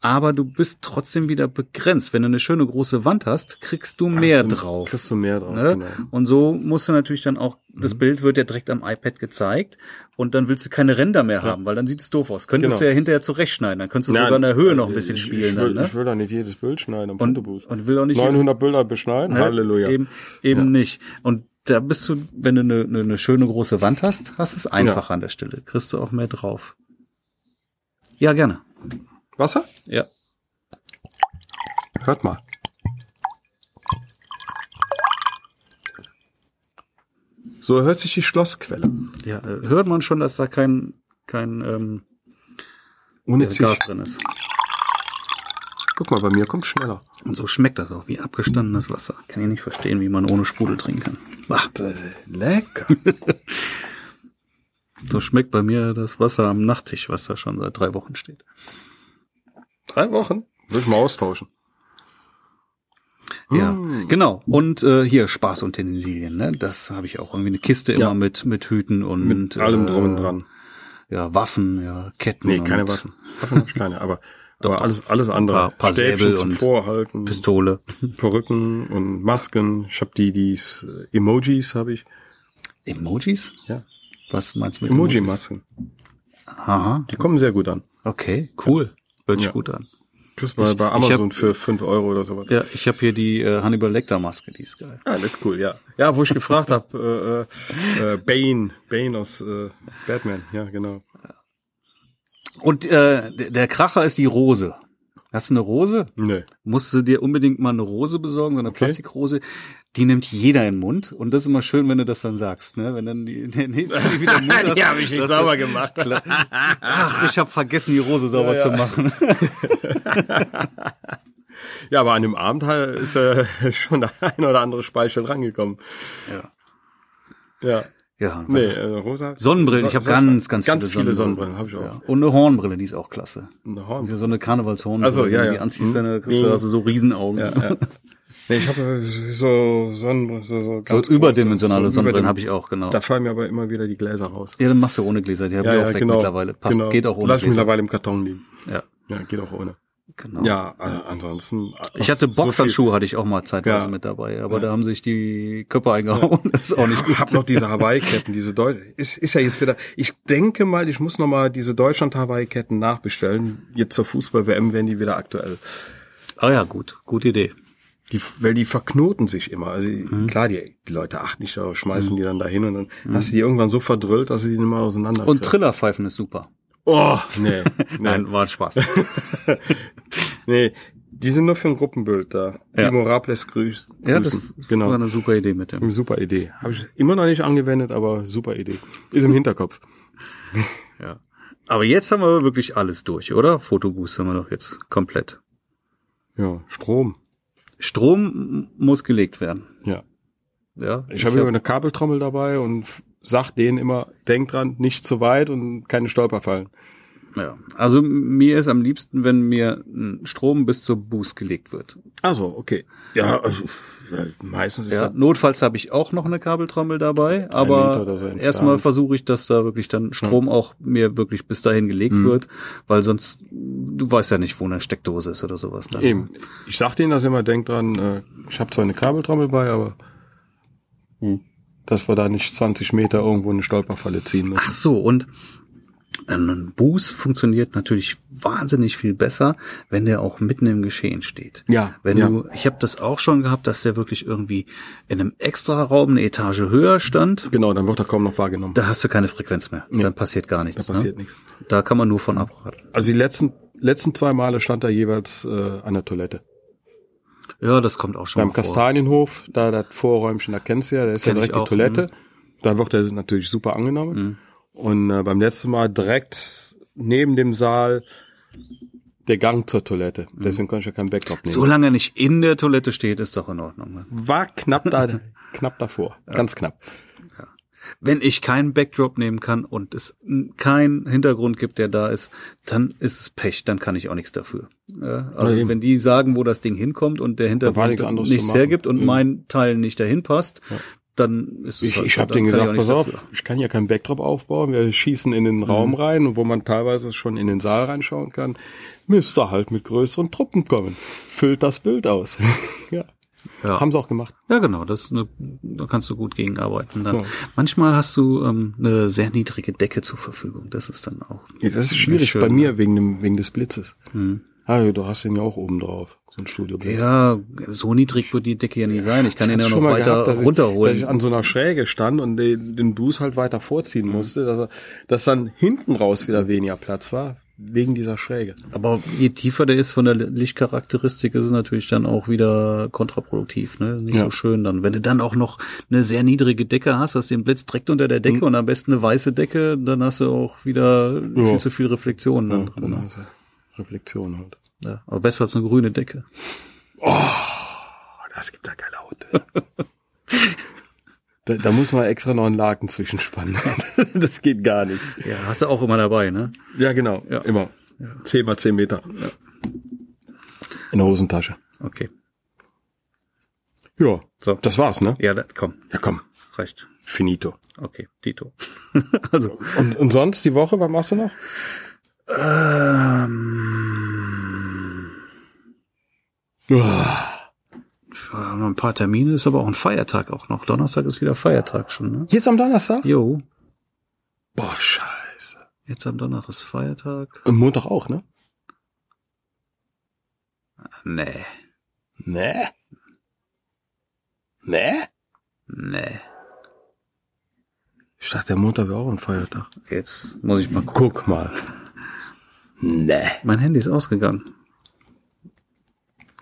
[SPEAKER 1] aber du bist trotzdem wieder begrenzt. Wenn du eine schöne große Wand hast, kriegst du mehr
[SPEAKER 2] Also
[SPEAKER 1] drauf.
[SPEAKER 2] Kriegst du mehr drauf,
[SPEAKER 1] Ne?
[SPEAKER 2] genau. Mhm.
[SPEAKER 1] Und so musst du natürlich dann auch, das Bild wird ja direkt am iPad gezeigt und dann willst du keine Ränder mehr haben, weil dann sieht es doof aus. Könntest
[SPEAKER 2] Genau.
[SPEAKER 1] du ja hinterher zurechtschneiden, dann könntest du
[SPEAKER 2] Nein, also
[SPEAKER 1] sogar in der Höhe noch ein
[SPEAKER 2] ich-
[SPEAKER 1] bisschen
[SPEAKER 2] ich,
[SPEAKER 1] spielen.
[SPEAKER 2] Ich
[SPEAKER 1] dann,
[SPEAKER 2] will,
[SPEAKER 1] ne?
[SPEAKER 2] ich will da nicht jedes Bild schneiden am
[SPEAKER 1] Und-
[SPEAKER 2] Fotobooth.
[SPEAKER 1] und will auch nicht jedes-
[SPEAKER 2] 900 Bilder beschneiden?
[SPEAKER 1] Ne?
[SPEAKER 2] Halleluja.
[SPEAKER 1] Eben, eben nicht. Und da bist du, wenn du eine ne, ne schöne große Wand hast, hast es einfach an der Stelle. Kriegst du auch mehr drauf. Ja, gerne.
[SPEAKER 2] Wasser?
[SPEAKER 1] Ja.
[SPEAKER 2] Hört mal. So hört sich die Schlossquelle.
[SPEAKER 1] ja äh, hört man schon, dass da kein, kein ähm,
[SPEAKER 2] Ohne
[SPEAKER 1] Gas
[SPEAKER 2] Zicht.
[SPEAKER 1] drin ist.
[SPEAKER 2] Guck mal, bei mir kommt schneller.
[SPEAKER 1] Und so schmeckt das auch, wie abgestandenes Wasser. Kann ich nicht verstehen, wie man ohne Sprudel trinken kann. Bah.
[SPEAKER 2] Lecker.
[SPEAKER 1] So schmeckt bei mir das Wasser am Nachttisch, was da schon seit drei Wochen steht.
[SPEAKER 2] (laughs) Drei Wochen? Würde ich mal austauschen.
[SPEAKER 1] Ja,
[SPEAKER 2] Hm.
[SPEAKER 1] genau. Und äh, hier Spaß und Utensilien, ne? Das habe ich auch irgendwie eine Kiste
[SPEAKER 2] Ja.
[SPEAKER 1] immer mit mit Hüten und
[SPEAKER 2] Mit allem drum und
[SPEAKER 1] äh,
[SPEAKER 2] dran.
[SPEAKER 1] Ja, Waffen, ja, Ketten.
[SPEAKER 2] Nee,
[SPEAKER 1] und
[SPEAKER 2] keine Waffen. Waffen habe ich
[SPEAKER 1] (laughs)
[SPEAKER 2] keine, aber, aber alles, alles andere.
[SPEAKER 1] Paar- paar
[SPEAKER 2] Stäbchen
[SPEAKER 1] Säbel
[SPEAKER 2] zum
[SPEAKER 1] und
[SPEAKER 2] Vorhalten,
[SPEAKER 1] Pistole.
[SPEAKER 2] Perücken und Masken. Ich habe die, die Emojis habe ich.
[SPEAKER 1] Emojis?
[SPEAKER 2] Ja.
[SPEAKER 1] Was meinst du mit Emojis?
[SPEAKER 2] Emoji-Masken.
[SPEAKER 1] Aha.
[SPEAKER 2] Die kommen sehr gut an.
[SPEAKER 1] Okay, cool. Hört sich
[SPEAKER 2] Ja.
[SPEAKER 1] gut an.
[SPEAKER 2] Kriegst du bei,
[SPEAKER 1] Ich-
[SPEAKER 2] bei
[SPEAKER 1] ich
[SPEAKER 2] Amazon
[SPEAKER 1] hab-
[SPEAKER 2] für 5 Euro oder sowas.
[SPEAKER 1] Ja, ich habe hier die äh, Hannibal Lecter Maske, die ist geil.
[SPEAKER 2] Ah, das ist cool, ja. Ja, wo ich gefragt habe, äh, äh, Bane, Bane aus äh, Batman, ja, genau.
[SPEAKER 1] Und äh, der der Kracher ist die Rose. Hast du eine Rose?
[SPEAKER 2] Nö.
[SPEAKER 1] musst du dir unbedingt mal eine Rose besorgen, so eine
[SPEAKER 2] Okay.
[SPEAKER 1] Plastikrose. Die nimmt jeder in den Mund. Und das ist immer schön, wenn du das dann sagst, ne? Wenn dann die, (laughs) der
[SPEAKER 2] (laughs)
[SPEAKER 1] nächste die wieder im Mund hast. dass du-
[SPEAKER 2] gemacht.
[SPEAKER 1] Ach, ich habe vergessen, die Rose sauber
[SPEAKER 2] Ja, ja.
[SPEAKER 1] zu
[SPEAKER 2] (laughs)
[SPEAKER 1] machen.
[SPEAKER 2] Ja, aber an dem Abend halt ist äh, (laughs) schon der ein oder andere Speichel rangekommen.
[SPEAKER 1] Ja.
[SPEAKER 2] Ja.
[SPEAKER 1] Ja.
[SPEAKER 2] Nee, äh, Rosa.
[SPEAKER 1] Sonnenbrillen, ich habe
[SPEAKER 2] So-
[SPEAKER 1] ganz, ganz,
[SPEAKER 2] ganz viele Sonnenbrillen.
[SPEAKER 1] Sonnenbrillen.
[SPEAKER 2] habe ich auch.
[SPEAKER 1] Ja. Und eine Hornbrille, die ist auch klasse.
[SPEAKER 2] Eine Horn.
[SPEAKER 1] So eine Karnevalshornbrille,
[SPEAKER 2] Ach so, ja,
[SPEAKER 1] wenn du die
[SPEAKER 2] ja.
[SPEAKER 1] anziehst,
[SPEAKER 2] Hm.
[SPEAKER 1] dann kriegst du
[SPEAKER 2] Hm.
[SPEAKER 1] also so Riesenaugen.
[SPEAKER 2] Ja, ja. Nee, ich habe so Sonnenbrillen, so, so
[SPEAKER 1] So
[SPEAKER 2] ganz
[SPEAKER 1] überdimensionale Sonnenbrillen habe ich auch, genau.
[SPEAKER 2] Da fallen mir aber immer wieder die Gläser raus.
[SPEAKER 1] (laughs) Ja, dann machst du ohne Gläser, die habe ich auch weg mittlerweile. Passt,
[SPEAKER 2] genau.
[SPEAKER 1] geht auch ohne
[SPEAKER 2] Lass ich
[SPEAKER 1] Gläser.
[SPEAKER 2] mittlerweile im Karton liegen.
[SPEAKER 1] Ja,
[SPEAKER 2] Ja, geht auch ohne.
[SPEAKER 1] genau.
[SPEAKER 2] Ja, äh, ansonsten. äh,
[SPEAKER 1] Ich hatte
[SPEAKER 2] so viel-
[SPEAKER 1] Boxhandschuhe, hatte ich auch mal zeitweise
[SPEAKER 2] Ja.
[SPEAKER 1] mit dabei, aber
[SPEAKER 2] Ja.
[SPEAKER 1] da haben sich die Köpfe eingehauen. (laughs) Das ist auch nicht
[SPEAKER 2] Ich
[SPEAKER 1] gut.
[SPEAKER 2] hab noch diese Hawaii-Ketten, diese Deu ist, ist ja jetzt wieder. Ich denke mal, ich muss noch mal diese Deutschland-Hawaii-Ketten nachbestellen. Jetzt zur Fußball-WM werden die wieder aktuell.
[SPEAKER 1] Ah ja, gut, gute Idee.
[SPEAKER 2] Die, weil die verknoten sich immer. Also die-
[SPEAKER 1] Mhm.
[SPEAKER 2] klar, die, die Leute achten nicht darauf, schmeißen die dann dahin und dann hast du die irgendwann so verdrillt, dass sie die nicht mehr auseinander.
[SPEAKER 1] Und Trillerpfeifen ist super. (laughs)
[SPEAKER 2] Oh, nee, nee,
[SPEAKER 1] war ein
[SPEAKER 2] (laughs)
[SPEAKER 1] Spaß.
[SPEAKER 2] nee. Die sind nur für ein Gruppenbild da.
[SPEAKER 1] Ja.
[SPEAKER 2] Timo Rables grüß, grüßen.
[SPEAKER 1] ja, das
[SPEAKER 2] genau.
[SPEAKER 1] war eine super Idee mit dem.
[SPEAKER 2] Super Idee. Habe ich immer noch nicht angewendet, aber super Idee. Ist im Hinterkopf.
[SPEAKER 1] Ja. Aber jetzt haben wir wirklich alles durch, oder? Fotoboost haben wir doch jetzt komplett.
[SPEAKER 2] Ja, Strom.
[SPEAKER 1] Strom m- muss gelegt werden.
[SPEAKER 2] Ja.
[SPEAKER 1] Ja.
[SPEAKER 2] Ich habe immer eine Kabeltrommel dabei und f- sag denen immer, denk dran, nicht zu weit und keine Stolperfallen.
[SPEAKER 1] ja. Also mir ist am liebsten, wenn mir ein Strom bis zur Boost gelegt wird.
[SPEAKER 2] Also, okay. Ja, also, äh, meistens ist
[SPEAKER 1] Ja,
[SPEAKER 2] das
[SPEAKER 1] notfalls habe ich auch noch eine Kabeltrommel dabei, aber
[SPEAKER 2] Liter oder so entfernt.
[SPEAKER 1] erstmal versuche ich, dass da wirklich dann Strom auch mir wirklich bis dahin gelegt
[SPEAKER 2] Mhm.
[SPEAKER 1] wird, weil sonst du weißt ja nicht, wo eine Steckdose ist oder sowas. ne? Dann.
[SPEAKER 2] eben. Ich sag denen das immer, denk dran, äh, ich habe zwar eine Kabeltrommel bei, aber hm, dass wir da nicht 20 Meter irgendwo eine Stolperfalle ziehen müssen.
[SPEAKER 1] Ach so und ein Boost funktioniert natürlich wahnsinnig viel besser, wenn der auch mitten im Geschehen steht.
[SPEAKER 2] Ja,
[SPEAKER 1] Wenn
[SPEAKER 2] ja.
[SPEAKER 1] du, ich habe das auch schon gehabt, dass der wirklich irgendwie in einem extra Raum eine Etage höher stand.
[SPEAKER 2] Genau, dann wird er kaum noch wahrgenommen. Da,
[SPEAKER 1] Da hast du keine Frequenz mehr. Dann passiert gar nichts.
[SPEAKER 2] passiert
[SPEAKER 1] ne?
[SPEAKER 2] nichts.
[SPEAKER 1] Da kann man nur von abraten.
[SPEAKER 2] Also die letzten, letzten zwei Male stand er jeweils äh, an der Toilette.
[SPEAKER 1] Ja, das kommt auch schon
[SPEAKER 2] Beim
[SPEAKER 1] mal vor.
[SPEAKER 2] Kastanienhof, da das Vorräumchen, da kennst du ja, da ist
[SPEAKER 1] Kenn
[SPEAKER 2] ja
[SPEAKER 1] ich
[SPEAKER 2] direkt die
[SPEAKER 1] auch, mhm.
[SPEAKER 2] Toilette. Da wird er natürlich super angenommen. Und äh, beim letzten Mal direkt neben dem Saal der Gang zur Toilette.
[SPEAKER 1] Mhm.
[SPEAKER 2] Deswegen konnte ich ja keinen Backup nehmen.
[SPEAKER 1] Solange er nicht in der Toilette steht, ist doch in Ordnung. Ne?
[SPEAKER 2] War knapp
[SPEAKER 1] (laughs)
[SPEAKER 2] da, knapp davor. Ganz knapp.
[SPEAKER 1] Wenn ich keinen Backdrop nehmen kann und es n- keinen Hintergrund gibt, der da ist, dann ist es Pech, dann kann ich auch nichts dafür. Ja, also
[SPEAKER 2] eben.
[SPEAKER 1] wenn die sagen, wo das Ding hinkommt und der
[SPEAKER 2] war
[SPEAKER 1] Hintergrund
[SPEAKER 2] nichts anderes zu
[SPEAKER 1] nichts
[SPEAKER 2] machen.
[SPEAKER 1] hergibt und
[SPEAKER 2] Eben.
[SPEAKER 1] mein Teil nicht dahin passt, dann ist es
[SPEAKER 2] Ich,
[SPEAKER 1] halt
[SPEAKER 2] ich
[SPEAKER 1] so,
[SPEAKER 2] habe
[SPEAKER 1] dann
[SPEAKER 2] denen
[SPEAKER 1] kann ich auch
[SPEAKER 2] gesagt, pass
[SPEAKER 1] nichts
[SPEAKER 2] auf,
[SPEAKER 1] dafür. Mhm.
[SPEAKER 2] ich kann ja keinen Backdrop aufbauen. Wir schießen in den Raum rein, und wo man teilweise schon in den Saal reinschauen kann. Müsste halt mit größeren Truppen kommen. Füllt das Bild aus. (laughs) ja.
[SPEAKER 1] Ja.
[SPEAKER 2] Haben sie auch gemacht.
[SPEAKER 1] Ja, genau, das ist eine, da kannst du gut gegenarbeiten. Dann.
[SPEAKER 2] Ja.
[SPEAKER 1] Manchmal hast du ähm, eine sehr niedrige Decke zur Verfügung. Das ist dann auch.
[SPEAKER 2] Ja, das ist schwierig
[SPEAKER 1] schön,
[SPEAKER 2] bei
[SPEAKER 1] ne?
[SPEAKER 2] mir wegen, dem, wegen des Blitzes. Ah, ja, du hast ihn ja auch oben drauf, so ein Studioblitz.
[SPEAKER 1] Ja, so niedrig wird die Decke ja nicht sein. Ich kann ihn
[SPEAKER 2] Hat's
[SPEAKER 1] ja noch weiter
[SPEAKER 2] dass
[SPEAKER 1] runterholen.
[SPEAKER 2] Ich, dass ich an so einer Schräge stand und den, den Bus halt weiter vorziehen musste, dass, er, dass dann hinten raus wieder weniger Platz war, wegen dieser Schräge.
[SPEAKER 1] Aber je tiefer der ist von der Lichtcharakteristik, ist es natürlich dann auch wieder kontraproduktiv, ne? Nicht
[SPEAKER 2] Ja.
[SPEAKER 1] so schön dann. Wenn du dann auch noch eine sehr niedrige Decke hast, hast den Blitz direkt unter der Decke und am besten eine weiße Decke, dann hast du auch wieder viel zu viel Reflexion dann drin.
[SPEAKER 2] Dann
[SPEAKER 1] Ne?
[SPEAKER 2] hast du Hm, Reflexion halt.
[SPEAKER 1] Ja. Aber besser als eine grüne Decke.
[SPEAKER 2] Oh, das gibt ja keine Haut. (laughs) da, da muss man extra noch einen Laken zwischenspannen. (laughs) das geht gar nicht.
[SPEAKER 1] Ja, hast du auch immer dabei, ne?
[SPEAKER 2] Ja, genau.
[SPEAKER 1] Ja.
[SPEAKER 2] Immer. Zehn mal zehn Meter. In der Hosentasche.
[SPEAKER 1] Okay.
[SPEAKER 2] Ja,
[SPEAKER 1] So.
[SPEAKER 2] das war's, ne?
[SPEAKER 1] Ja, das, komm,
[SPEAKER 2] Ja, komm,
[SPEAKER 1] reicht.
[SPEAKER 2] finito.
[SPEAKER 1] Okay, Tito. (laughs) also,
[SPEAKER 2] Und, und sonst die Woche, was machst du noch?
[SPEAKER 1] ähm,
[SPEAKER 2] Hier
[SPEAKER 1] haben wir ein paar Termine, ist aber auch ein Feiertag auch noch. Donnerstag ist wieder Feiertag schon, ne?
[SPEAKER 2] ist am Donnerstag?
[SPEAKER 1] Jo,
[SPEAKER 2] Boah, scheiße.
[SPEAKER 1] jetzt am Donnerstag ist Feiertag.
[SPEAKER 2] Und Montag auch, ne?
[SPEAKER 1] Nee,
[SPEAKER 2] Ne? Ne?
[SPEAKER 1] nee.
[SPEAKER 2] Ich dachte, der Montag wäre auch ein Feiertag.
[SPEAKER 1] Jetzt muss ich mal gucken.
[SPEAKER 2] Guck mal. Ne.
[SPEAKER 1] Mein Handy ist ausgegangen.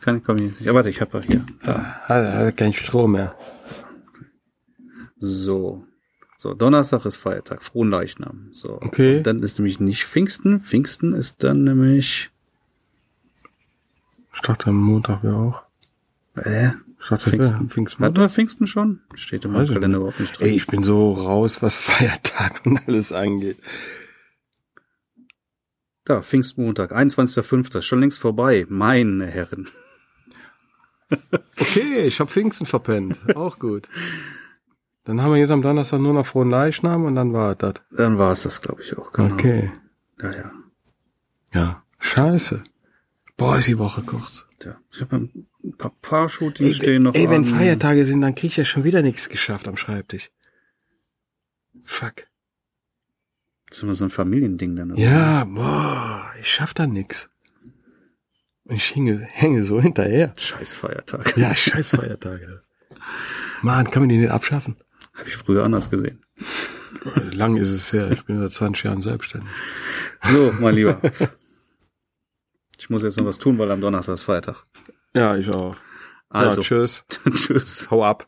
[SPEAKER 1] Kann ich kommen hier. Ja, warte, ich habe hier. Ah,
[SPEAKER 2] Ah, Hat, hat keinen Strom mehr.
[SPEAKER 1] So. So, Donnerstag ist Feiertag, frohen Leichnam. So.
[SPEAKER 2] Okay.
[SPEAKER 1] Und dann ist nämlich nicht Pfingsten. Pfingsten ist dann nämlich.
[SPEAKER 2] Ich dachte, am Montag wäre auch.
[SPEAKER 1] Äh,
[SPEAKER 2] Ich dachte,
[SPEAKER 1] Pfingsten.
[SPEAKER 2] wär Pfingstmontag.
[SPEAKER 1] hatten wir Pfingsten schon? Steht im
[SPEAKER 2] Weiß ich
[SPEAKER 1] Kalender
[SPEAKER 2] nicht.
[SPEAKER 1] überhaupt nicht drin.
[SPEAKER 2] Ey, ich bin so raus, was Feiertag und alles angeht.
[SPEAKER 1] Da, Pfingstmontag, 21.05. Schon längst vorbei, meine Herren.
[SPEAKER 2] Okay, ich habe Pfingsten verpennt. Auch gut. Dann haben wir jetzt am Donnerstag nur noch frohen Leichnam und dann war das.
[SPEAKER 1] Dann war es das, glaube ich, auch. Genau.
[SPEAKER 2] Okay.
[SPEAKER 1] Ja, ja.
[SPEAKER 2] Ja. Scheiße. Boah, ist die Woche kurz.
[SPEAKER 1] Tja, Ich habe ein paar Paar-Shootings stehen noch.
[SPEAKER 2] ey wenn
[SPEAKER 1] an.
[SPEAKER 2] Feiertage sind, dann krieg ich ja schon wieder nichts geschafft am Schreibtisch. Fuck.
[SPEAKER 1] Das ist immer so ein Familiending dann. aber.
[SPEAKER 2] Ja, boah, ich schaff da nix. Und ich hänge, hänge so hinterher.
[SPEAKER 1] Scheiß Feiertag. (laughs)
[SPEAKER 2] Ja, scheiß Feiertage. Mann, kann man die nicht abschaffen?
[SPEAKER 1] Habe ich früher anders gesehen.
[SPEAKER 2] Lang ist es her. Ich bin seit 20 Jahren selbstständig.
[SPEAKER 1] So, mein
[SPEAKER 2] (laughs)
[SPEAKER 1] Lieber. Ich muss jetzt noch was tun, weil am Donnerstag ist Freitag.
[SPEAKER 2] Ja, ich auch.
[SPEAKER 1] Also, (laughs)
[SPEAKER 2] tschüss.
[SPEAKER 1] tschüss.
[SPEAKER 2] Hau ab.